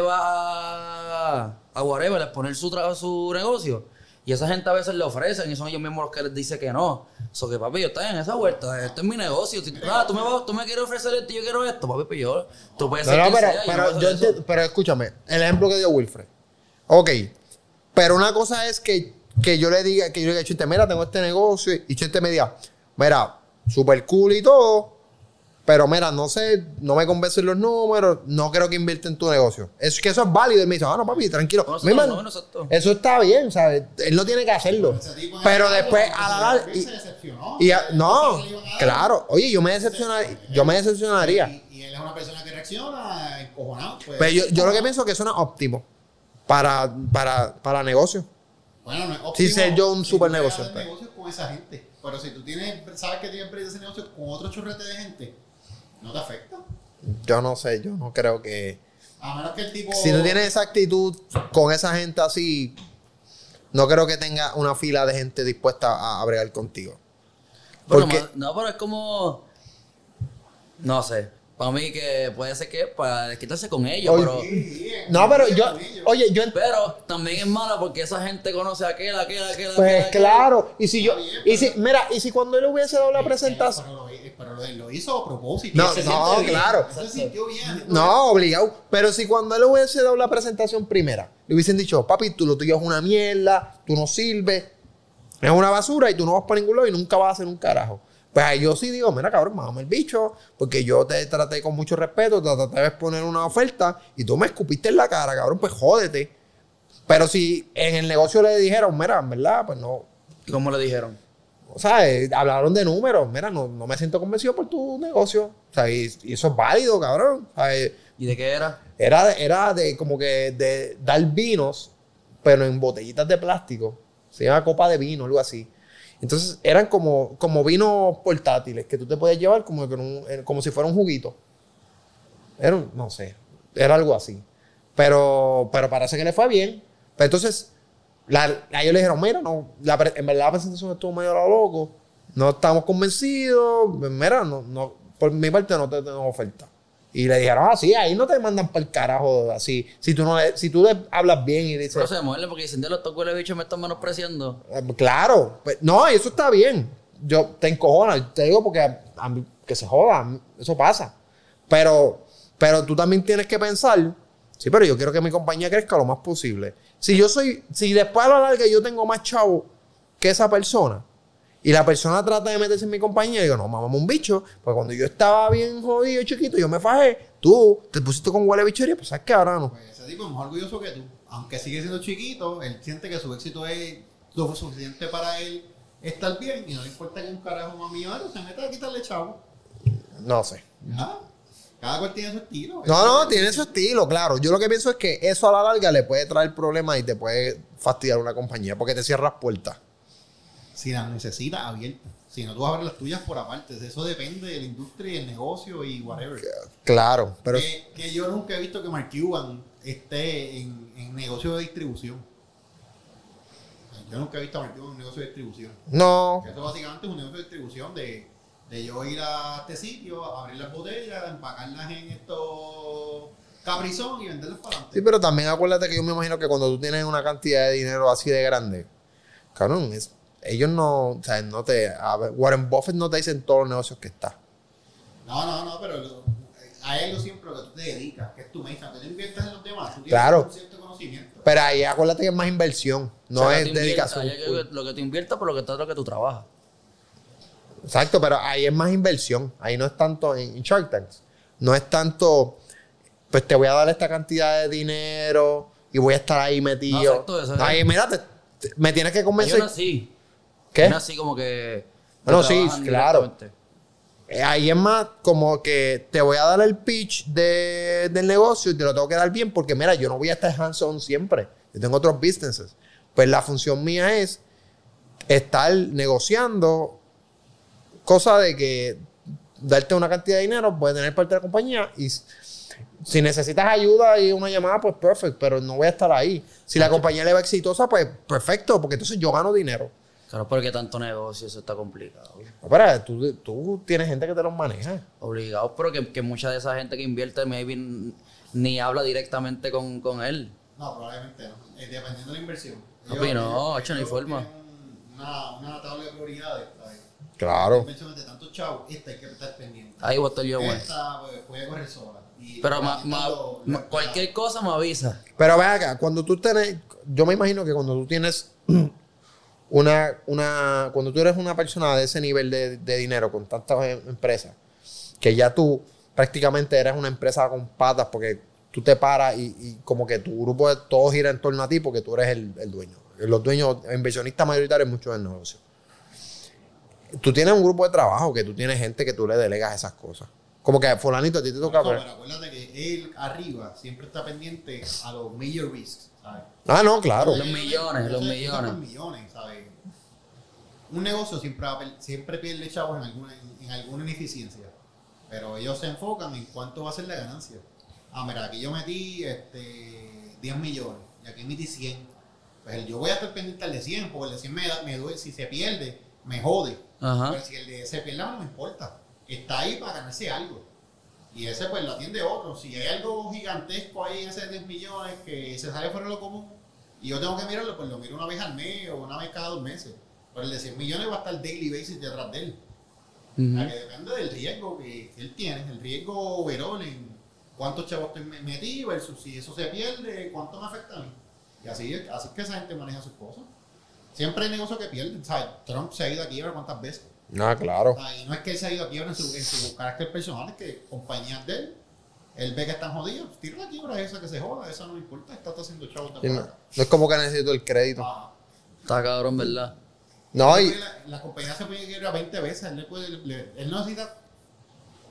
va a. A whatever, a exponer su, tra- su negocio. Y esa gente a veces le ofrecen y son ellos mismos los que les dicen que no. So que papi, yo estoy en esa vuelta, esto es mi negocio. Si- ah, tú me, vas- tú me quieres ofrecer esto y yo quiero esto, papi, pues yo. Tú puedes no, ser no, quien pero, sea, yo pero no voy a yo hacer eso. entiendo- pero escúchame, el ejemplo que dio Wilfred. Ok, pero una cosa es que, que yo le diga, que yo le diga, chiste, mira, tengo este negocio y chiste me diga, mira, super cool y todo, pero mira, no sé, no me convencen los números, no creo que invierta en tu negocio. Es que eso es válido. Él me dice, ah, no, papi, tranquilo. No, eso Mi no, mano, no, no, exacto. eso está bien, ¿sabes? Él no tiene que hacerlo. ese tipo en Pero el caso, después, porque a la se- larga. él y- se decepcionó. y a- Él no, pensó que le iban a dar. claro. Oye, yo me decepcionaría. Yo me decepcionaría. Y, y él es una persona que reacciona encojonado. Pues. Pero yo, yo lo que pienso es que suena óptimo para, para, para negocio. Bueno, no es óptimo. Sin ser yo un Si super tú puedes negocio, hacer pues. negocios con esa gente. Pero si tú tienes, sabes que tienes empresa ese negocio con otro churrete de gente, no te afecta. Yo no sé, yo no creo que. A menos que el tipo. Si tú tienes esa actitud con esa gente así, no creo que tenga una fila de gente dispuesta a, a bregar contigo. Bueno, Porque- ma- no, pero es como. No sé. Para mí que puede ser que para quitarse con ellos, Oye, pero. Sí, sí, es- No, pero es yo. con ellos. Oye, yo. Pero también es mala porque esa gente conoce a aquel, aquel, aquel. aquel, Pues aquel. claro. Y si yo. Y si, mira, y si cuando él hubiese dado la presentación. Pero, lo, pero lo, lo hizo a propósito. No, Él se no, siente bien. claro. Él Se sintió bien. No, obligado. Pero si cuando él hubiese dado la presentación primera, le hubiesen dicho, papi, tú lo tuyo es una mierda, tú no sirves, es una basura y tú no vas para ningún lado y nunca vas a hacer un carajo. Pues ahí yo sí digo, mira cabrón, mamá el bicho, porque yo te traté con mucho respeto, te traté de exponer una oferta y tú me escupiste en la cara, cabrón, pues jódete. Pero si en el negocio le dijeron, mira, en verdad, pues no, ¿Y ¿Cómo le dijeron? o sea, eh, hablaron de números. Mira, no, no me siento convencido por tu negocio. O sea, y, y eso es válido, cabrón. O sea, eh, ¿Y de qué era? era, era de como que de dar vinos, pero en botellitas de plástico. Se llama copa de vino, algo así. Entonces eran como, como vinos portátiles que tú te podías llevar como, que en un- en- como si fuera un juguito. Era, un- no sé, era algo así. Pero, pero parece que le fue bien. Pero entonces, la, a ellos le dijeron, mira, no, la pre- en verdad la presentación estuvo medio a lo loco. No estamos convencidos. Mira, no, no, por mi parte no te tengo oferta. Y le dijeron, ah, sí, ahí no te mandan para el carajo así. Si tú, no le- si tú le hablas bien y dices... Pero se muerde porque dicen, de los tocó el bicho me están menospreciando. Eh, Claro, pues, no, y eso está bien. Yo te encojona, te digo porque a- a mí- que se joda, a mí- eso pasa. Pero, pero tú también tienes que pensar, sí, pero yo quiero que mi compañía crezca lo más posible. Si yo soy, si después a la larga yo tengo más chavo que esa persona y la persona trata de meterse en mi compañía, digo, no, mamá, un bicho, pues cuando yo estaba bien jodido, chiquito, yo me fajé, tú te pusiste con huele bichería, pues sabes que ahora no. Pues ese tipo es más orgulloso que tú. Aunque sigue siendo chiquito, él siente que su éxito es lo suficiente para él estar bien y no le importa que un carajo más millonario se meta a quitarle chavo. No sé. Ya. Cada cual tiene su estilo. No, no, tiene su estilo, claro. Yo lo que pienso es que eso a la larga le puede traer problemas y te puede fastidiar una compañía porque te cierras puertas. Si las necesitas, abiertas. Si no, tú abres las tuyas por aparte. Eso depende de la industria y el negocio y whatever. Claro, pero que, que yo nunca he visto que Mark Cuban esté en, en negocio de distribución. Yo nunca he visto a Mark Cuban en un negocio de distribución. no. Eso básicamente es un negocio de distribución de de yo ir a este sitio, abrir las botellas, empacarlas en estos cabrizón y venderlas para adelante. Sí, pero también acuérdate que yo me imagino que cuando tú tienes una cantidad de dinero así de grande, cabrón, es- ellos no, o sea, no te, a ver, Warren Buffett no te dice en todos los negocios que está. No, no, no, pero lo- a él lo siempre lo que tú te dedicas, que es tu mesa, que tú inviertes en los demás, tú tienes Claro. un cierto conocimiento. Pero ahí acuérdate que es más inversión, no O sea, es que tú inviertas, dedicación. ya que- Lo que tú inviertas por lo que, lo que tú trabajas. Exacto, pero ahí es más inversión. Ahí no es tanto en, en Shark Tanks. No es tanto, pues te voy a dar esta cantidad de dinero y voy a estar ahí metido. No, exacto, eso es- ahí, mira, te- te- me tienes que Yo convencer. nací. ¿Qué? Yo nací como que. No, no, que sí, trabajan claro. directamente. Eh, Ahí es más como que te voy a dar el pitch de- del negocio y te lo tengo que dar bien porque mira, yo no voy a estar hands-on siempre. Yo tengo otros businesses. Pues la función mía es estar negociando cosa de que darte una cantidad de dinero puede tener parte de la compañía y s- si necesitas ayuda y una llamada, pues perfecto, pero no voy a estar ahí. Si la compañía le va exitosa, pues perfecto, porque entonces yo gano dinero. Claro, porque tanto negocio, eso está complicado. Espera, tú, tú tienes gente que te los maneja. Obligados, pero que, que mucha de esa gente que invierte, maybe n- ni habla directamente con, con él. No, probablemente no. Eh, dependiendo de la inversión. Ah, pues No, pero no, hecho, no hay forma. tienen Una, una tabla de prioridades. ¿sabes? Claro. Inversión de tantos chavos, esta hay que estar pendiente. Ahí voy a estar yo, güey. Esta pues, puede correr sola. Y Pero ma- más ma- ma- cualquier cosa me avisa. Pero ve acá, cuando tú tenés, yo me imagino que cuando tú tienes una, una, cuando tú eres una persona de ese nivel de, de dinero con tantas em- empresas, que ya tú prácticamente eres una empresa con patas porque tú te paras y, y como que tu grupo de todo gira en torno a ti porque tú eres el, el dueño. Los dueños, inversionistas mayoritarios muchos del negocio. Tú tienes un grupo de trabajo que tú tienes gente que tú le delegas esas cosas. Como que fulanito a ti te toca... pues. No, pero acuérdate que él arriba siempre está pendiente a los major risks, ¿sabes? Ah, no, claro. Los millones, los Eso es- millones. Los millones, ¿sabes? Un negocio siempre, va a per- siempre pierde chavos en alguna, en, en alguna ineficiencia. Pero ellos se enfocan en cuánto va a ser la ganancia. Ah, mira, aquí yo metí este, 10 millones y aquí metí 100. Pues el- yo voy a estar pendiente al de 100, porque el de 100 me, da- me duele. Si se pierde, me jode. Ajá. Pero Pues si el de se pierde, no me importa. Está ahí para ganarse algo. Y ese pues lo atiende otro. Si hay algo gigantesco ahí en ese 10 millones que se sale fuera de lo común y yo tengo que mirarlo, pues lo miro una vez al mes o una vez cada dos meses. Pero el de 100 millones va a estar daily basis detrás de él. O sea, Ujú. que depende del riesgo que él tiene, el riesgo overall en cuántos chavos estoy me- metí versus si eso se pierde, cuánto me afecta a mí. Y así es, así es que esa gente maneja sus cosas. Siempre hay negocios que pierden. ¿sabes? Trump se ha ido a quiebra cuántas veces. Ah, claro. O sea, y no es que él se ha ido a quiebra en su, en su carácter personal, es que compañías de él, él ve que están jodidos, tira la quiebra esa que se joda, esa no le importa, está está haciendo chavos Y de No, por acá. no es como que necesito el crédito. Ah, Está cabrón, ¿verdad? No, y, él- la, la compañía se puede quiebra 20 veces, él, le puede- le- él no necesita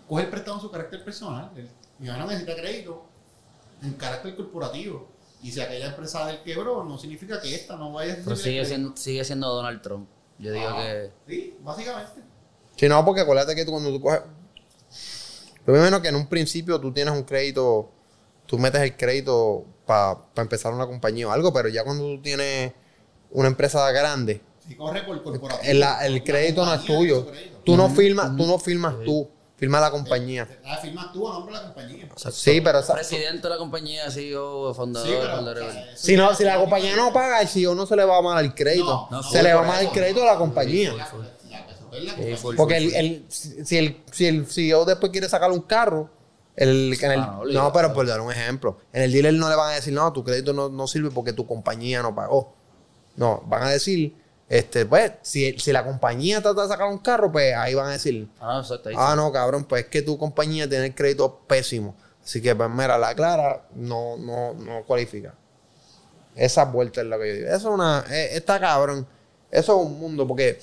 coger prestado en su carácter personal, él, mi hermano necesita crédito en carácter corporativo. Y si aquella empresa del quebró, no significa que esta no vaya a Pero recibir sigue el siendo, sigue siendo Donald Trump. Yo digo crédito. Ah, que. Sí, básicamente. si no, porque acuérdate que tú cuando tú coges. Lo primero que en un principio tú tienes un crédito, tú metes el crédito para empezar una compañía o algo, pero ya cuando tú tienes una empresa grande, Si corre por corporativo. el, la- el la crédito no es compañía tuyo. su crédito. Tú no firmas, tú no firmas tú, firma la compañía. La Ah, firma tú a nombre de la compañía. Sí, pero esa- Presidente de la compañía, CEO, fundador, Sí, pero, o sea, whatever. eso si no, ya- si la compañía no paga, el CEO no se le va mal el crédito, No, no, se full, le va por mal el eso. crédito a la compañía. La- la- pues, la- la- Sí, full. Porque el, el- si, si el, si el CEO después quiere sacar un carro, el, en el- Ah, no, no, olvídate. pero por dar un ejemplo, en el dealer no le van a decir, no, tu crédito no, no sirve porque tu compañía no pagó. No, van a decir, este, pues, si, si la compañía trata de sacar un carro, pues ahí van a decir, Ah, no, exacto. ahí sí. ah, no, cabrón, pues es que tu compañía tiene el crédito pésimo. Así que, pues, mira, la clara no, no, no cualifica. Esa vuelta es lo que yo digo. Eso es una. eh, está cabrón. Eso es un mundo, porque.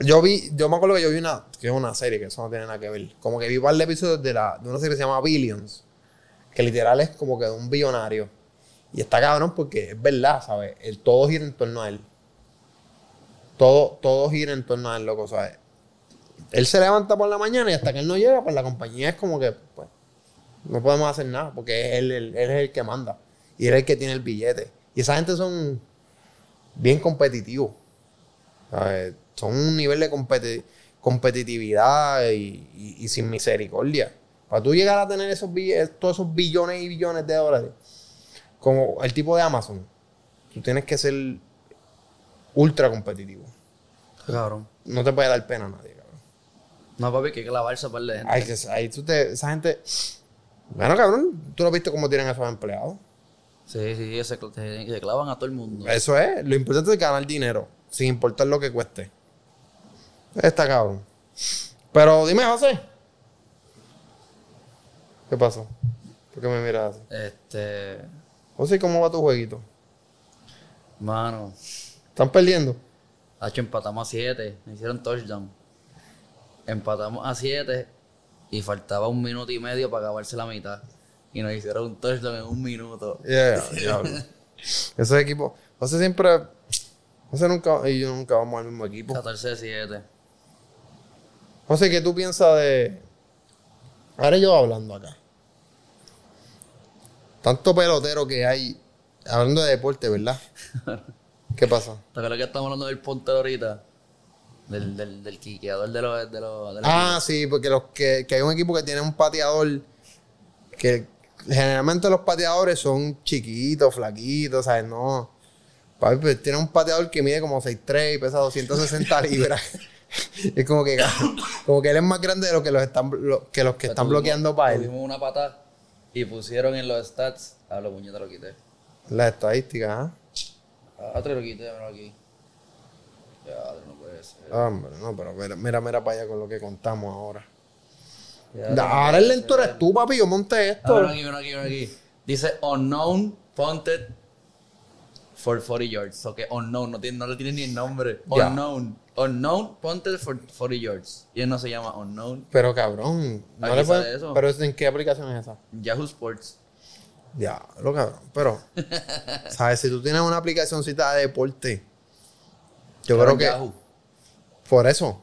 Yo vi, yo me acuerdo que yo vi una, que es una serie, que eso no tiene nada que ver. Como que vi varios episodios de, la, de una serie que se llama Billions, que literal es como que de un billonario. Y está cabrón porque es verdad, ¿sabes? El todo gira en torno a él. Todo, todo gira en torno a él, loco, ¿sabes? él se levanta por la mañana y hasta que él no llega, pues la compañía es como que, pues, no podemos hacer nada, porque él, él- él es el que manda y él es el que tiene el billete. Y esa gente son bien competitivos. ¿sabes? Son un nivel de competitividad. competitividad y, y- y sin misericordia. Para tú llegar a tener esos billetes, todos esos billones y billones de dólares, como el tipo de Amazon, tú tienes que ser ultra competitivo. Cabrón. No te puede dar pena a nadie, cabrón. No, papi, que hay que lavarse a par de gente. Ay, que se- ahí tú te- esa gente. Bueno, cabrón, tú lo viste cómo tienen a esos empleados. Sí, sí, ellos se, cl- se- se clavan a todo el mundo. Eso es, lo importante es ganar dinero, sin importar lo que cueste. Está cabrón. Pero dime, José. ¿Qué pasó? ¿Por qué me miras así? Este. José, ¿cómo va tu jueguito? Mano, ¿Están perdiendo? Hacho, empatamos a 7. Me hicieron touchdown. Empatamos a 7 y faltaba un minuto y medio para acabarse la mitad. Y nos hicieron un touchdown en un minuto. Yeah, diablo. Ese equipo. José siempre. José nunca. Y yo nunca vamos al mismo equipo. 14 a 7. José, ¿qué tú piensas de. Ahora yo hablando acá. Tanto pelotero que hay. Hablando de deporte, ¿verdad? ¿Qué pasa? ¿Te acuerdas que estamos hablando del puntero ahorita? Del, del, del quiqueador de los. De los, de los- Ah, sí, porque los que, que hay un equipo que tiene un pateador. Que generalmente los pateadores son chiquitos, flaquitos, ¿sabes? No. Papi, pues tiene un pateador que mide como 6'3 y pesa 260 libras. es como que, como que él es más grande de lo que los están, lo- que los que están Tuvimos- bloqueando para él. Tuvimos una patada y pusieron en los stats. A los puñetas lo quité. Las estadísticas, ¿ah? A otro lo quité, déjamelo aquí. Ya, no puede ser. Ah, Hombre, no, pero mira, mira, mira para allá con lo que contamos ahora. Ya, Da- ahora el lento eres tú, papi, yo monté Ah, esto. ven aquí, ven aquí, ven aquí. Dice unknown punted for 40 yards. O que unknown, no, tiene, no le tiene ni el nombre. Ya. Unknown. Unknown punted for 40 yards. Y él no se llama unknown. Pero cabrón, no Aquí le sale puedes- eso. Pero ¿en qué aplicación es esa? Yahoo Sports. Ya, lo cabrón, pero. ¿Sabes? Si tú tienes una aplicacioncita de deporte, yo Claro, creo que. Yahoo. Por eso.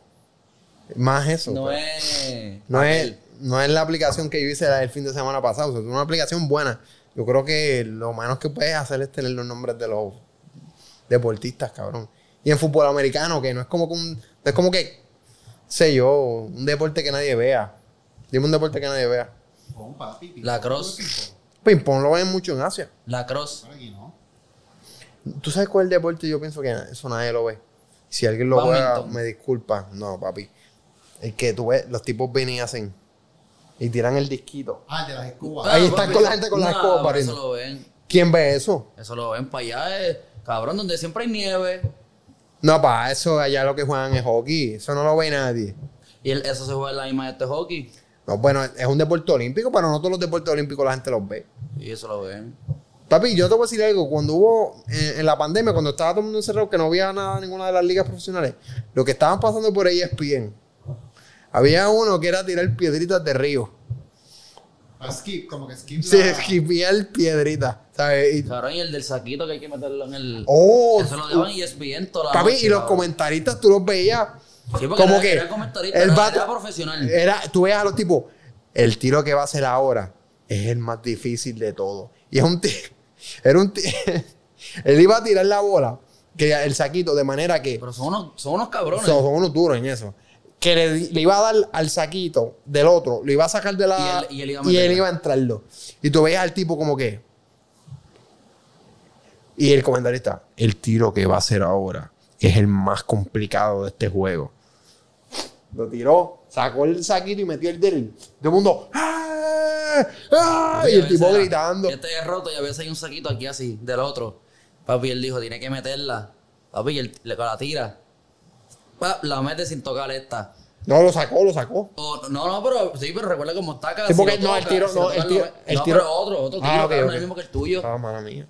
Más eso. No pero- es. no, es, aquel. no es la aplicación que yo hice el fin de semana pasado. O sea, es una aplicación buena. Yo creo que lo menos que puedes hacer es tener los nombres de los deportistas, cabrón. Y en fútbol americano, que no es como que un, no es como que, sé yo, un deporte que nadie vea. Dime un deporte que nadie vea. Pon, papi, pin- La cross. pin- pon. Ping pong lo ven mucho en Asia. La cross. Ahora aquí no. ¿Tú sabes cuál deporte yo pienso que eso nadie lo ve? Si alguien lo juega, Badminton. me disculpa. No, papi. El que tú ves, los tipos vienen y hacen. Y tiran el disquito. Ah, el de las escobas. Ahí Ah, está papi, con la gente con la nah, escoba, pero pariendo. Eso lo ven. ¿Quién ve eso? Eso lo ven para allá. eh, Cabrón, donde siempre hay nieve. No, pa, eso allá lo que juegan es hockey. Eso no lo ve nadie. Y el- eso se juega en la misma de este hockey. No, bueno, es un deporte olímpico, pero no todos los deportes olímpicos la gente los ve. Y eso lo ven. Papi, yo te voy a decir algo. Cuando hubo, eh, en la pandemia, cuando estaba todo el mundo encerrado, que no había nada, ninguna de las ligas profesionales, lo que estaban pasando por E ESPN, había uno que era tirar piedritas de río. Ah, skip, como que skip. Sí, Ah. la- esquivar piedritas, ¿sabes? Y- Cabrón, y el del saquito que hay que meterlo en el. oh, Eso lo daban E y ESPN toda la papi, noche, y los cabrón. comentaritos tú los veías. Sí, porque como era- que era comentarista, el era- vato- Eh. era profesional. Era, tú veías a los tipos, el tiro que va a hacer ahora es el más difícil de todo. Y es un tiro, era un ti- él iba a tirar la bola, que el saquito, de manera que Pero son unos, son unos cabrones. son, son unos duros en eso. Que le, di- le iba a dar al saquito del otro, lo iba a sacar de la. Y él- y él iba a y él meterla. iba a entrarlo. Y tú veías al tipo como que. Y el comentarista, el tiro que va a hacer ahora es el más complicado de este juego. Lo tiró, sacó el saquito y metió el del. Todo el mundo. ¡Ah! ¡Ah! Sí, Y a el veces tipo era- gritando. Este es roto y a veces hay un saquito aquí así, del otro. Papi, él dijo, tiene que meterla. Papi, y él le- la tira. Pa, la mete sin tocar esta. No, lo sacó, lo sacó. O- no, no, pero sí, pero recuerda cómo está acá. Sí, si porque lo no, el toca, tiro- si lo no, el toca, tiro- lo- el no, tiro- pero otro, otro tiro, Ah, ok, cabrón, ok. el mismo que el tuyo. Ah, mala mía.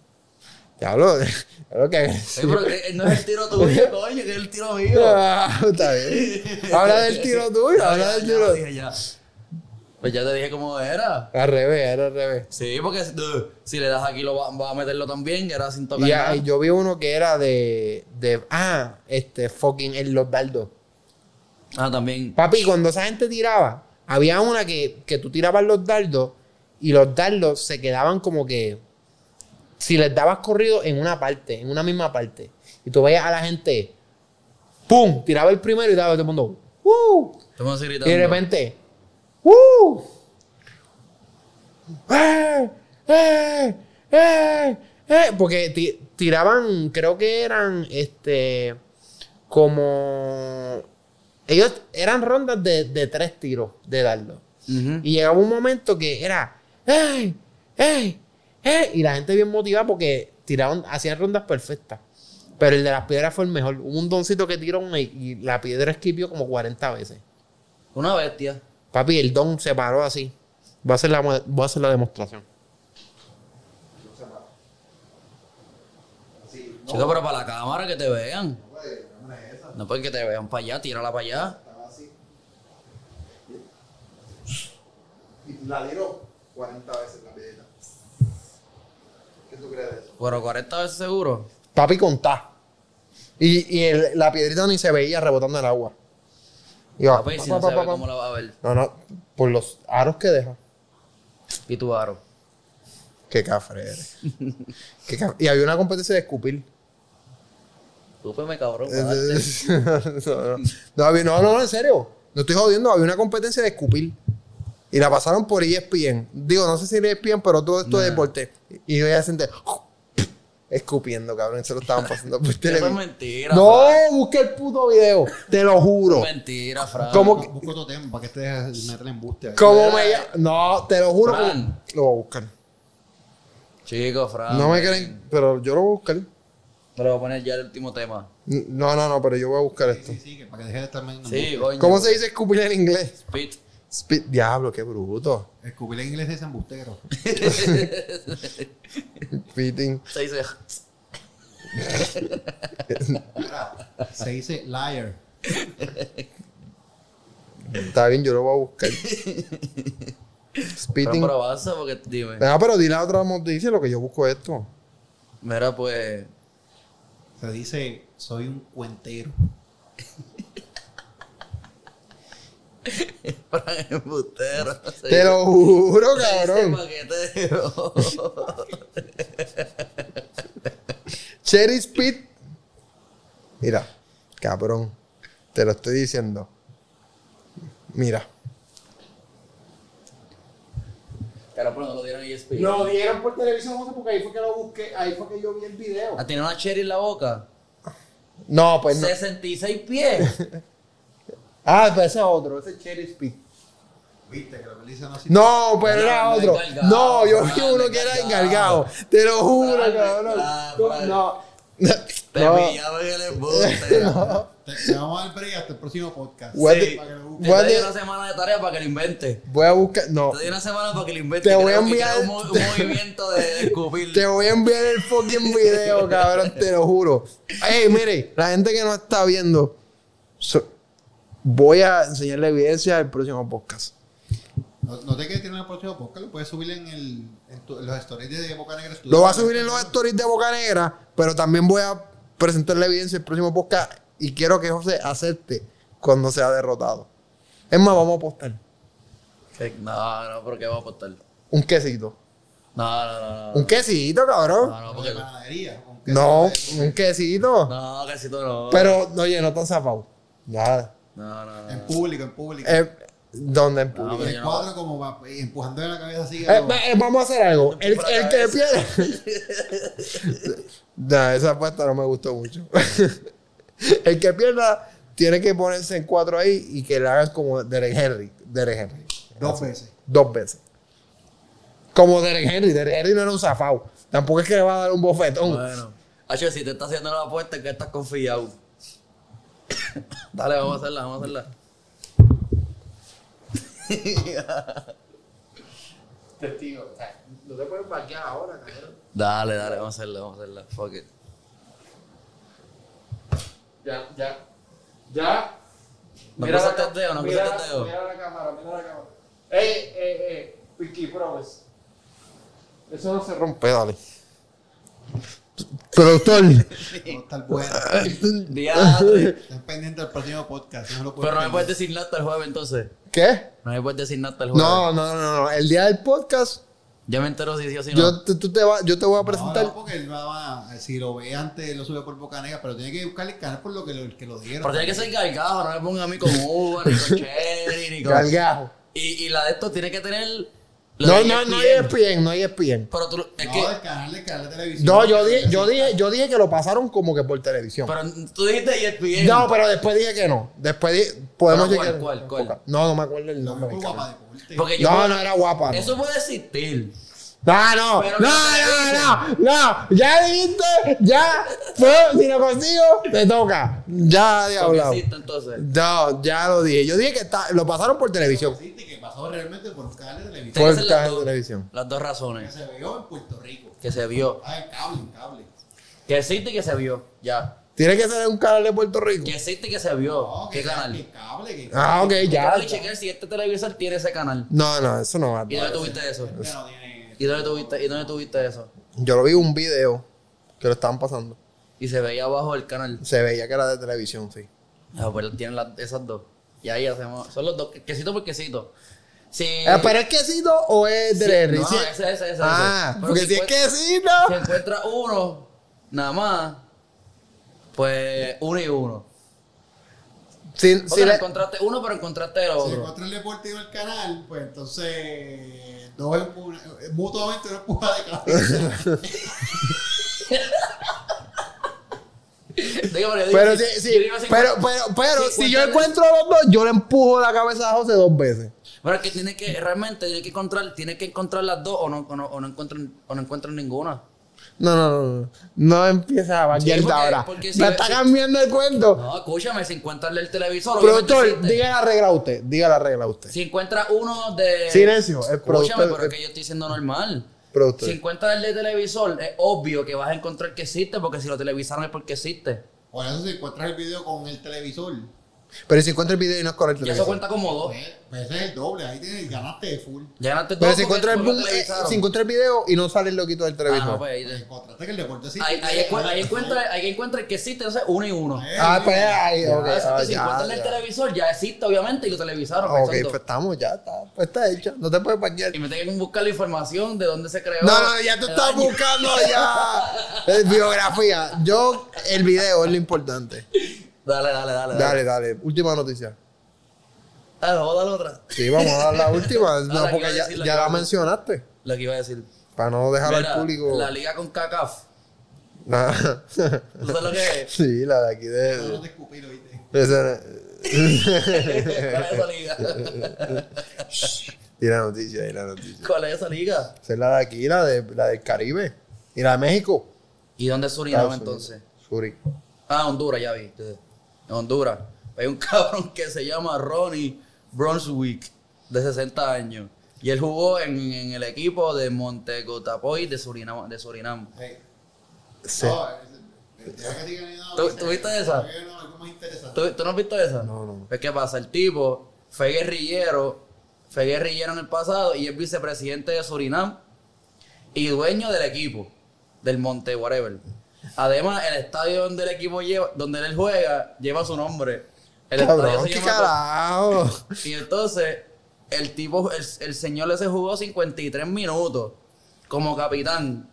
Te hablo de. Hablo que Sí, pero eh, no es el tiro tuyo, coño, que es el tiro mío. Ah, está bien. Habla del tiro tuyo, Ya, habla ya, del ya, tiro. dije, ya. Pues ya te dije cómo era. Al revés, era al revés. Sí, porque eh, si le das aquí lo va, va a meterlo también, era sin tocar Y nada. ah, yo vi uno que era de, de. Ah, este, fucking el los dardos. Ah, también. Papi, cuando esa gente tiraba, había una que, que tú tirabas los dardos y los dardos se quedaban como que. Si les dabas corrido en una parte, en una misma parte. Y tú veías a la gente. ¡Pum! Tiraba el primero y daba todo el mundo. ¡Uh! Todo el mundo así Y gritando. de repente, ¡uh! ¡Eh! ¡Eh! ¡Eh! ¡Eh! Porque ti- tiraban, creo que eran, este, como... Ellos eran rondas de, de tres tiros de dardo. Ujú. Y llegaba un momento que era, ¡eh! ¡eh! ¡eh! Y la gente bien motivada porque tiraban, hacían rondas perfectas. Pero el de las piedras fue el mejor. Hubo un doncito que tiró y, y la piedra esquipió como 40 veces. Una bestia. Papi, el don se paró así. Voy a hacer la, mo- voy a hacer la demostración. Chico, pero para la cámara que te vean. No porque te vean para allá, tírala para allá. La tiró 40 veces la piedra. ¿Qué tú crees de eso? Pero 40 veces seguro. Papi, contá. Y, y el- la piedrita ni se veía rebotando el agua. Y va, Papi, Ah, pues, si pa, no pa, se pa, ve, pa. ¿cómo la va a ver? no, no, por los aros que deja. Y tu aro. Qué cafre eres. Qué caf- Y había una competencia de escupir. Túpeme, pues, cabrón. para darte. no, no. No, había- no, no, no, en serio. No estoy jodiendo. Había una competencia de escupir. Y la pasaron E por ESPN. Digo, no sé si era ESPN, pero todo esto de deporte. Y yo ya senté escupiendo, cabrón. Se lo estaban pasando por Eso es televisión. mentira. No, Fran. busca el puto video. Te lo juro. Mentira, Fran. ¿Cómo que- Busco otro tema para que te dejes meter en embuste. ahí. ¿Cómo me llama? No, te lo juro. que- Fran. Lo voy a buscar. Chico, Fran. No me creen, pero yo lo voy a buscar. Pero voy a poner ya el último tema. No, no, no, pero yo voy a buscar Sí, esto. sí, sí, que para que dejes de estar metiendo Sí, embuste. coño. ¿Cómo se dice escupir en inglés? Spit. Spit- Diablo, qué bruto. Escupir en inglés es embustero. Spitting. Se dice. Se dice liar. Está bien, yo lo voy a buscar. Pero, Spitting. pero avanza porque dime. Ah, pero dile a otra dice lo que yo busco esto. Mira, pues. Se dice soy un cuentero. Fran es embustero. Te lo juro, Ese cabrón. paquetero. Cherry Spit. Mira, cabrón. Te lo estoy diciendo. Mira. Pero no lo dieron y Spit. dieron por televisión, José, porque ahí fue que lo busqué. Ahí fue que yo vi el video. Ah, tiene una cherry en la boca. No, pues no. 66 pies. Ah, pues ese es otro. Ese es Cherry Spit. Viste que lo que le dicen así. No, pero No, era no, otro. encargado, No, yo vi Fran, uno que era encargado. encargado. Te lo juro, Fran, cabrón. Fran, No, Fran. No. Ah, Te No. pillaron en el embuste. Te, te vamos a dar break hasta el próximo podcast. What Sí. the- Para que lo busques. Te What doy the- una semana de tarea para que lo invente. Voy a buscar. No. Te doy una semana para que lo invente. Te y voy creo- a y creo enviar- Un, mo- un movimiento de, de escupir. Te voy a enviar el fucking video, cabrón, te lo juro. Ey, mire, la gente que no está viendo, so- voy a enseñarle evidencia del próximo podcast. No, no te quedes tirando el próximo podcast, lo puedes subir en, el, en, tu- en los stories de Boca Negra Studio. Lo voy a subir en los stories de Boca Negra, pero también voy a presentar la evidencia del próximo podcast y quiero que José acepte cuando sea derrotado. Es más, vamos a apostar. Que- No, no, porque va a apostar. No, Un quesito. no, no. Un No, quesito, no, cabrón. no, No, porque. de panadería, con queso No, de- un quesito. No, casi todo no. Pero, oye, no tan zafado. Nada. No, no, En no. público, en público. Eh, ¿Dónde en público? No, pero en yo el no- cuadro como va, eh, empujando en la cabeza así. Eh, pero- va- eh, vamos a hacer algo. El, Por la el que pierda. Nah, esa apuesta no me gustó mucho. el que pierda tiene que ponerse en cuatro ahí y que le hagan como Derek Henry. Derek Henry. dos veces. Dos veces. Como Derek Henry. Derek Henry no era un zafado. Tampoco es que le va a dar un bofetón. Bueno. Hacho, si te estás haciendo la apuesta, es que estás confiado. Dale, vamos a hacerla, vamos a hacerla. Testigo. No te puedes parquear ahora, cabrón. Dale, dale, vamos a hacerla, vamos a hacerla. Fuck it. Ya, ya. Ya. ¿No Mira cruzaste la ca- el dedo, no mira- cruzaste el dedo? mira la cámara, mira la cámara. Ey, ey, ey. Pinky Promise. Eso no se rompe, dale. Productor. No está el bueno. Diadre. Estén pendientes del próximo podcast. No lo puedo Pero no me puedes perder. decir nada hasta el jueves entonces. ¿Qué? No me puedes decir nada hasta el jueves. No, no, no, no. El día del podcast Yo me entero si sí o si no. Yo, tú- tú te vas- yo te voy a presentar. No, no, porque él va a, si lo ve antes, lo sube por Boca Negra, pero tiene que buscar el canal por lo que lo, el que lo dieron. Pero tiene que ser cargado, no me pongan a mí con Uber, ni con Cherry, ni con. Galgajo. Y, y la de esto tiene que tener. la No, de E no, E no ESPN. es ESPN, no es ESPN. Pero tú. Es no, que. el canal, el canal de televisión. No, yo dije, yo dije, yo dije que lo pasaron como que por televisión. Pero tú dijiste ESPN. No, pero después dije que no. Después di- podemos Pero, ¿cuál, llegar- cuál, cuál? No, no me acuerdo el No, nombre. por del canal. guapa deporte. Porque yo. No, no era guapa. no. Eso puede existir. No, no, Pero no, no te no, no, no, ya dijiste, ya, fue, si lo consigo, te toca. Ya había Porque hablado. existe entonces. No, ya lo dije. Yo dije que está- lo pasaron por televisión. Existe que pasó realmente por un canal de Tiene televisión que Por ser caja las de dos- televisión. Las dos que razones. se vio en Puerto Rico. Que se vio. Ah, en cable, en cable. Que existe y que se vio. Ya. Tiene que ser un canal de Puerto Rico. Que existe y que se vio. No, ¿Qué que canal? Que cable, que Ah, ok, ya. Tengo que chequear si este televisor tiene ese canal. No, no, eso no va. ¿Y dónde tuviste eso? Ya no tiene. pues. ¿Y dónde tuviste, y dónde tuviste eso? Yo lo vi en un video que lo estaban pasando. Y se veía abajo el canal. Se veía que era de televisión, sí. Ah, pues tienen las- esas dos. Y ahí hacemos. Son los dos. Quesito por quesito. Sí. Eh, ¿Pero es quesito o es de no, Sí. ese, ese, ese, ese. Ah, Pero porque si si es encuent- quesito. Si encuentra uno, nada más, pues uno y uno. Si, Porque si no le- encontraste uno, pero encontraste el Si otro. encuentra el deportivo el canal, pues entonces. Dos empuja, eh, mutuamente una empuja de cabeza. Dígame, yo digo, Pero, si- si, si- yo digo, si pero, encuentra- pero, pero, si si yo encuentro- encuentro a los dos, yo le empujo la cabeza a José dos veces. Pero es que tiene que, realmente, tiene que encontrar, tiene que encontrar las dos o no, o no, o no encuentran, o no encuentran ninguna. No, no, no, no. No empieza a Sí, bañarte porque- ahora. porque Me si- está cambiando el cuento. No, escúchame, si encuentran el televisor, obviamente Productor, existe. diga la regla a usted. Diga la regla a usted. si encuentra uno de... Silencio, el Escúchame, productor. pero es que el yo estoy diciendo normal. productor. Si encuentras el de televisor, es obvio que vas a encontrar que existe, porque si lo televisaron es porque existe. Por eso, si encuentras el video con el televisor, Pero si encuentra el video y no es con el Y eso televisor. cuenta como dos. pues, pues ese es el doble. Ahí tienes, ganaste de full. Ya ganaste Pero todo si porque- encuentra, el, porque boom- te eh, avisaron. si encuentra el video y no sale el loquito del Ah, televisor. no, Ah, pues, Pues ahí- encontraste que el deporte sí. ahí, ahí, encu- ahí encuentra, ahí encuentra que existe, entonces uno y uno. Eh, pues ahí, Ah, ok. exacto, ah, si ya, encuentran el ya. televisor, ya existe, obviamente, y lo televisaron. Ok, exacto. pues estamos, ya está. Pues está hecho. No te puedes bañar. Y me tengo que buscar la información de dónde se creó. No, no, ya tú el estás año. buscando ya eh, biografía. Yo, el video es lo importante. Dale, dale, dale. Dale, dale. Última noticia. Ah, joda la otra. Sí, vamos a dar la última. Ahora, ¿qué No, iba a porque ya, decir? La ya que la iba a- mencionaste. Lo que iba a decir. Para no dejar Mira, al público. La liga con CACAF. Nah. ¿Tú sabes lo que es? sí, la de aquí no, no de. te escupí, lo oíste. esa- ¿Cuál es esa liga? Y la noticia, y la noticia. ¿Cuál es esa liga? Esa es la de aquí, la, de, la del Caribe. Y la de México. ¿Y dónde es Surinam Estados pues, entonces? Unidos. Suri. Ah, Honduras, ya vi. En Honduras. Hay un cabrón que se llama Ronnie Brunswick, de 60 años. Y él jugó en, en el equipo de Montegotapoy de Surinam. De Surinam. Hey. Sí. No, es- deja que digan ahí nada ¿Tú- más. tú viste esa? Yo vi, no, algo más interesante. ¿Tú, tú no has visto esa? No, no. Pues, ¿qué pasa? El tipo fue guerrillero, fue guerrillero en el pasado y es vicepresidente de Surinam y dueño del equipo, del Monte Whatever. Además, el estadio donde el equipo lleva, donde él juega, lleva su nombre. El estadio Cabrón, se qué llama- carajo. Y entonces, el tipo, el, el señor ese jugó 53 minutos como capitán.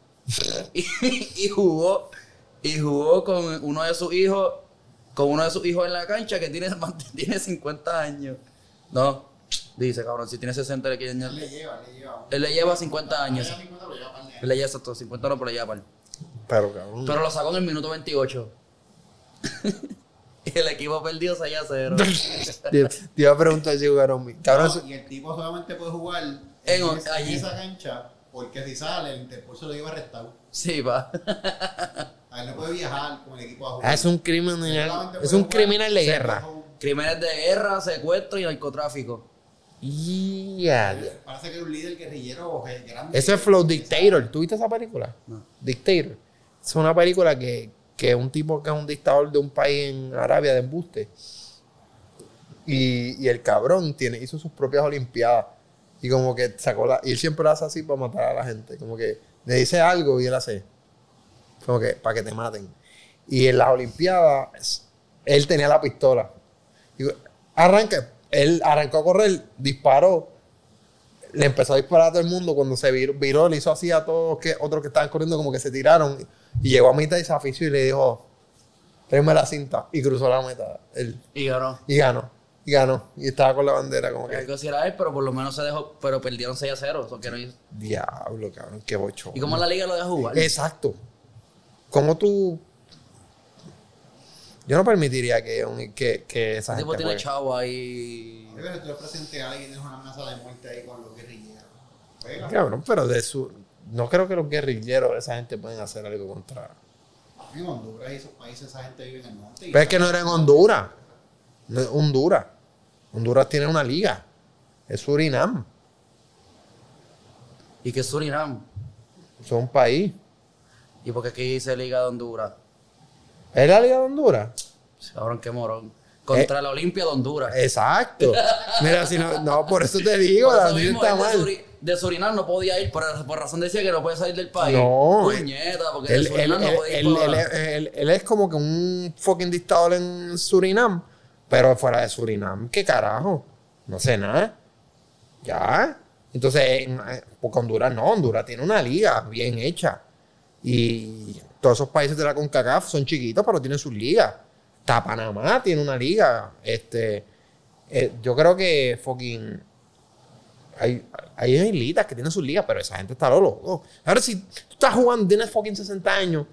Y, y jugó, y jugó con uno de sus hijos, con uno de sus hijos en la cancha que tiene, tiene 50 años. No, dice cabrón, si tiene 60 le quiere Él añadir. le lleva, le lleva. Él le lleva 50 años. Ya 50, pero ya par de Él le lleva exacto 50 no, pero le lleva par. Pero cabrón. Pero lo sacó en el minuto 28. y el equipo perdió 6 a 0. Te, te iba a preguntar si jugaron mi. Cabrón, No, si- y el tipo solamente puede jugar en, En o- es- allí. en esa cancha porque si sale el Interpol se lo lleva arrestado. Sí, va. A él no puede viajar con el equipo a ah, jugar. es un criminal. Es un criminal de guerra. Crímenes de guerra, secuestro y narcotráfico. Ya, ya. Parece que era un líder guerrillero o que- grande. Eso es Flow Dictator. ¿Tú viste esa película? No. Dictator. Es una película que, que un tipo que es un dictador de un país en Arabia de embuste. Y, y el cabrón tiene, hizo sus propias olimpiadas. Y como que sacó la. Y él siempre lo hace así para matar a la gente. Como que le dice algo y él hace. Como que para que te maten. Y en las olimpiadas, él tenía la pistola. Y arranca. Él arrancó a correr, disparó, le empezó a disparar a todo el mundo. Cuando se viró, viró, le hizo así a todos que, otros que estaban corriendo, como que se tiraron. Y llegó a mitad y se afició y le dijo, tráeme la cinta. Y cruzó la meta. Él, Y ganó. y ganó. Y ganó. Y estaba con la bandera como No sé que... qué si era él, pero por lo menos se dejó, pero perdieron 6 a 0. eso que no hizo. Diablo, cabrón, qué bocho. ¿Y cómo la liga lo deja jugar? Exacto. ¿Cómo tú...? Yo no permitiría que, un- que, que esa Ese tipo gente tiene juegue. chavo ahí. Yo creo que tú le presenté a alguien tienes una amenaza de muerte ahí con los guerrilleros. Pega. Cabrón, pero de su... No creo que los guerrilleros, esa gente pueden hacer algo contra... En Honduras y esos países esa gente vive en el monte. y- Pero es que no era en Honduras. No es Honduras. Honduras tiene una liga. Es Surinam. Y que Surinam. Es un país. ¿Y porque aquí se liga de Honduras? ¿Es la liga de Honduras? Cabrón, qué morón. Contra Eh, la Olimpia de Honduras. Exacto. Mira, si no, no, por eso te eh, digo, Por la eso liga mismo, está él de mal. Suri- de Surinam no podía ir, por, por razón decía que no puede salir del país. No, él- Puñeta, porque Él, de Surinam él- no podía ir. él- por- él- él- él es como que un fucking dictador en Surinam, pero fuera de Surinam, ¿qué carajo? No sé nada. Ya. Entonces, en- eh, porque Honduras no, Honduras tiene una liga bien hecha. Y todos esos países de la CONCACAF son chiquitos, pero tienen sus ligas. Hasta Panamá tiene una liga. Este, eh, yo creo que fucking hay, hay islitas que tienen sus ligas, pero esa gente está lo loco. Ahora, si tú estás jugando, tienes fucking 60 años,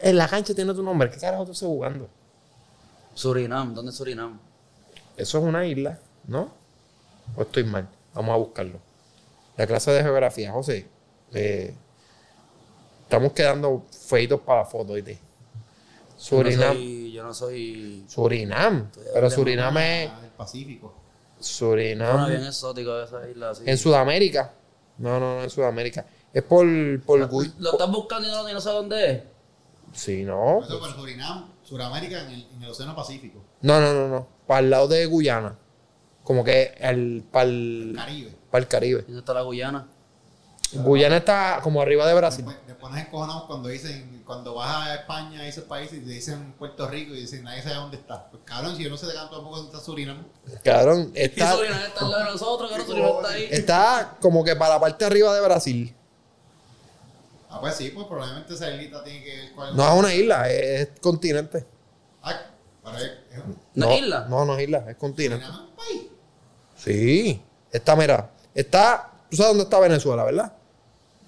en la cancha tiene tu nombre, ¿qué carajo tú estás jugando? Surinam, ¿dónde es Surinam? Eso es una isla, ¿no? ¿O estoy mal? Vamos a buscarlo. La clase de geografía, José. eh, estamos quedando feitos para la foto, ¿oíste? Yo no Surinam. soy. Yo no soy Surinam. Pero Surinam es. Ah, del Pacífico. Suena Surinam. bien exótico esa isla así. En Sudamérica. No, no, no, en Sudamérica. Es por. por Gui- Lo estás buscando y no, y no sé dónde es. Sí, no. Eso para Surinam, Suramérica en el, en el Océano Pacífico, No, no, no, no. Para el lado de Guyana. Como que el, para, el, Caribe. para el Caribe. ¿Y dónde está la Guyana? Guyana está como arriba de Brasil. Después, después nos encojonamos cuando dicen, cuando vas a España, a esos países, y te dicen Puerto Rico y dicen nadie sabe dónde está. Pues cabrón, si yo no sé de canto tampoco dónde está Surinam. Cabrón, Y está, Eh, Surinam está al lado de nosotros, que no Surinam está ahí. está como que para la parte arriba de Brasil. Ah, pues sí, pues probablemente esa islita tiene que ver cuál No es una isla, es, es continente. Ah, para ver, es un ¿No es isla? No, no es isla, es continente. Surinam es un país. Sí. Está, mira, está. ¿Tú sabes dónde está Venezuela, verdad?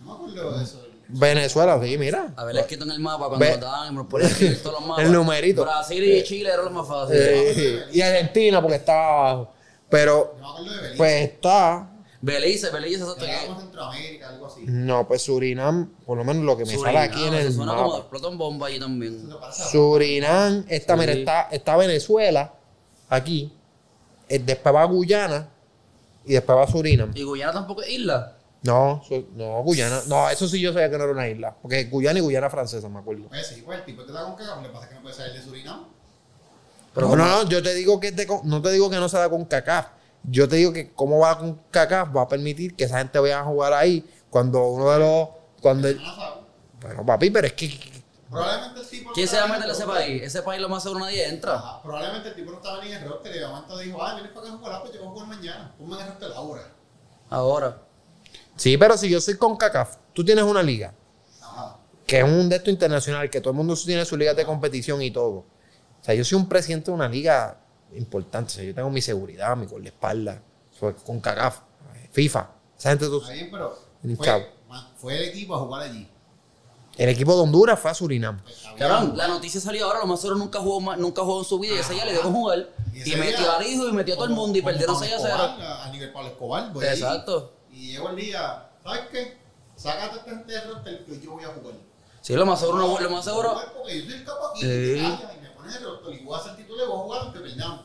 No me acuerdo de eso. Venezuela, sí, mira. A ver, les quito en el mapa cuando Ve- lo daban, me lo ponían aquí en todos los mapas. El numerito. Brasil y Chile eran los más fáciles. Eh, y Argentina, porque está abajo. Pero, Yo me acuerdo de Belice. pues está. Belice, Belice, eso que era como está Centroamérica, algo así. No, pues Surinam, por lo menos lo que me sale aquí en el suena como mapa. explota un bomba allí también. Eso pasa. Surinam, esta, Sí. mira, está, está Venezuela, aquí. eh, después va Guyana y después va Surinam. ¿Y Guyana tampoco es isla? No, Su- no, Guyana. No, eso sí yo sabía que no era una isla. Porque Guyana y Guyana francesa, me acuerdo. Pues sí, pues el tipo que está con cagado, le pasa es que no puede salir de Surinam. no, no, no, yo te digo que es de con- no te digo que no se da con CACAF. Yo te digo que cómo va con CACAF va a permitir que esa gente vaya a jugar ahí cuando uno de los. Cuando el- No sabe. bueno, papi, pero es que. Probablemente el tipo. ¿Quién no se va a estaba meter en ese país? Ese país lo más seguro nadie entra. Ajá, Probablemente el tipo no estaba ni en el roster y de momento dijo, ah, vienes para acá a jugar, pues yo voy a jugar mañana. Ponme en el roster ahora. Ahora. Sí, pero si yo soy con CACAF, tú tienes una liga. Ajá. que es un de esto internacional, que todo el mundo tiene su liga de competición y todo. O sea, yo soy un presidente de una liga importante. O sea, yo tengo mi seguridad, mi con la espalda, con cagaf, FIFA. Esa gente, tú- Está bien, pero Ni chavo. fue, ma- fue el equipo a jugar allí. el equipo de Honduras fue a Surinam. Pues, está bien. Cabrón, la noticia salió ahora, lo más seguro nunca jugó, más- nunca jugó en su vida y ese día le dio con jugar. Y Ah. Y ese metió día, al hijo y metió a todo el como- mundo y como perdieron Pablo 6 a 0. Escobar, A a nivel Pablo Escobar, Pues voy ahí. Exacto. Y llegó el día, ¿sabes qué? Sácate esta gente del roster que yo voy a jugar. Sí, lo más seguro, Yo no, voy a lo más jugar seguro. Porque yo soy el capo aquí. Sí. Y, me callas y me pones el roster y voy a hacer título y voy a jugar aunque perdamos.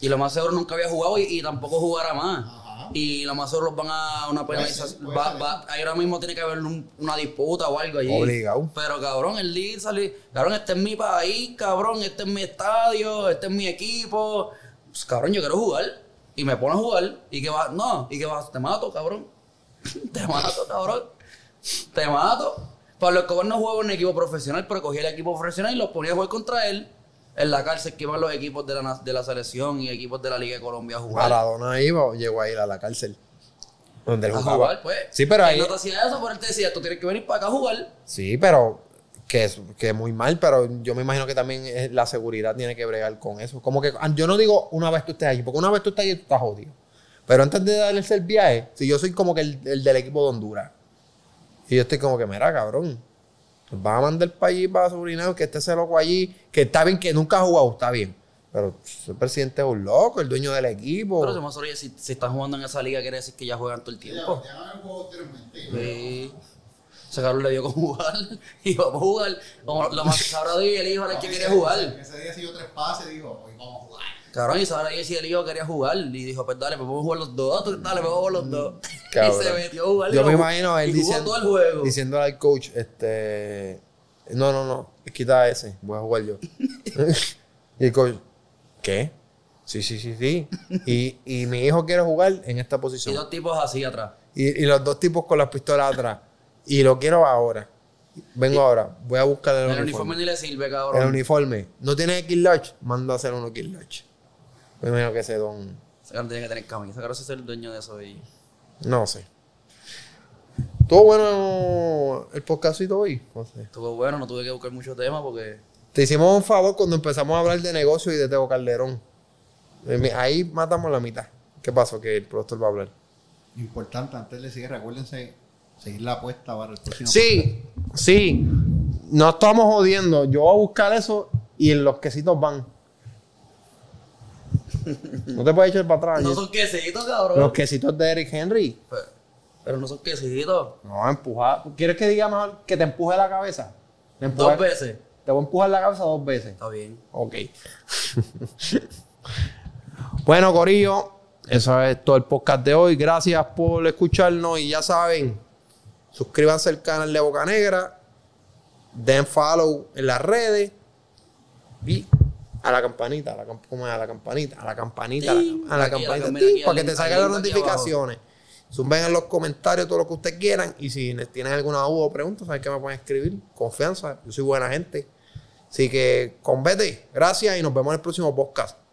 Y lo más seguro nunca había jugado y, y tampoco jugará más. Ajá. Y lo más seguro los van a una Puede penalización. ser, puede va- ser. va- ahí ahora mismo tiene que haber un- una disputa o algo allí. Obligado. Pero cabrón, el lead salió. Cabrón, este es mi país, cabrón, este es mi estadio, este es mi equipo. Pues, cabrón, yo quiero jugar. Y me pone a jugar. Y que va, no, y que va, te mato, cabrón. te mato, cabrón. Te mato. Pablo Escobar no jugaba en un equipo profesional, pero cogía el equipo profesional y los ponía a jugar contra él. En la cárcel que iban los equipos de la, na- de la selección y equipos de la Liga de Colombia a jugar. Maradona iba, llegó a ir a la cárcel. Donde él a jugaba. jugar, pues. Sí, pero Él ahí. no te hacía eso, pero él te decía, tú tienes que venir para acá a jugar. Sí, pero que es que es muy mal, pero yo me imagino que también eh, la seguridad tiene que bregar con eso. Como que ah, yo no digo una vez tú estés allí, porque una vez tú estás allí tú estás jodido. Pero antes de darles el viaje, si yo soy como que el, el del equipo de Honduras, y yo estoy como que, mira, cabrón, nos vas a mandar para allí, para Surinam, que esté ese loco allí, que está bien, que nunca ha jugado, está bien. Pero pff, el presidente es un loco, el dueño del equipo. Pero se me hace, oye, si, si están jugando en esa liga, quiere decir que ya juegan todo el tiempo. un juego anteriormente. Sí. Ese cabrón le dio con jugar y vamos a jugar. Como lo más Sabra Díaz el hijo era el que quería jugar. Ese día se dio tres pases y dijo, hoy vamos a jugar. Cabrón, y Sabra Díaz y el hijo quería jugar. Y dijo, pues dale, pues vamos a jugar los dos. tú, Dale, pues vamos a jugar los dos. Cabrón. Y se metió a jugar. y Yo lo- me imagino y él jugó diciendo, todo el juego. diciéndole al coach, este, no, no, no, quita ese, voy a jugar yo. y el coach, ¿qué? Sí, sí, sí, sí. Y, y mi hijo quiere jugar en esta y posición. dos tipos así atrás. Y, y los dos tipos con las pistolas atrás. Y lo quiero ahora. Vengo ahora, voy a buscar el, El, uniforme. uniforme ni le sirve, cabrón. El uniforme. ¿No tiene kill lodge? Mando a hacer uno kill lodge. Me imagino que ese don, Ese cabrón tiene que tener camisa. Ese cabrón es el dueño de eso. Y... no sé. Todo bueno el podcastito hoy, José. Estuvo bueno, no tuve que buscar mucho tema porque... Te hicimos un favor cuando empezamos a hablar de negocio y de Teo Calderón. Eh, mi- Ahí matamos la mitad. ¿Qué pasó? Que el productor va a hablar. Importante, antes de seguir, recuérdense seguir la apuesta para el próximo. Sí, sí. No estamos jodiendo. Yo voy a buscar eso y en los quesitos van. No te puedes echar para atrás. No son quesitos, cabrón. Ah, Los quesitos de Eric Henry. Pero, pero no son quesitos. No, empujar. ¿Quieres que diga mejor que te empuje la cabeza? Te, Dos empuje- veces. te voy a empujar la cabeza dos veces. Está bien. Ok. bueno, Corillo, eso es todo el podcast de hoy. Gracias por escucharnos y ya saben, suscríbanse al canal de Boca Negra, den follow en las redes y a la campanita, a la, camp- ¿cómo es? A la campanita, a la campanita, a la, Ting. a la Aquí, a la campanita, campanita, ting, aquí, para que al te link, salgan al las link aquí abajo. notificaciones. Suben en los comentarios todo lo que ustedes quieran y si tienen alguna duda o pregunta, saben que me pueden escribir. Confianza, yo soy buena gente. Así que, con vete, gracias y nos vemos en el próximo podcast.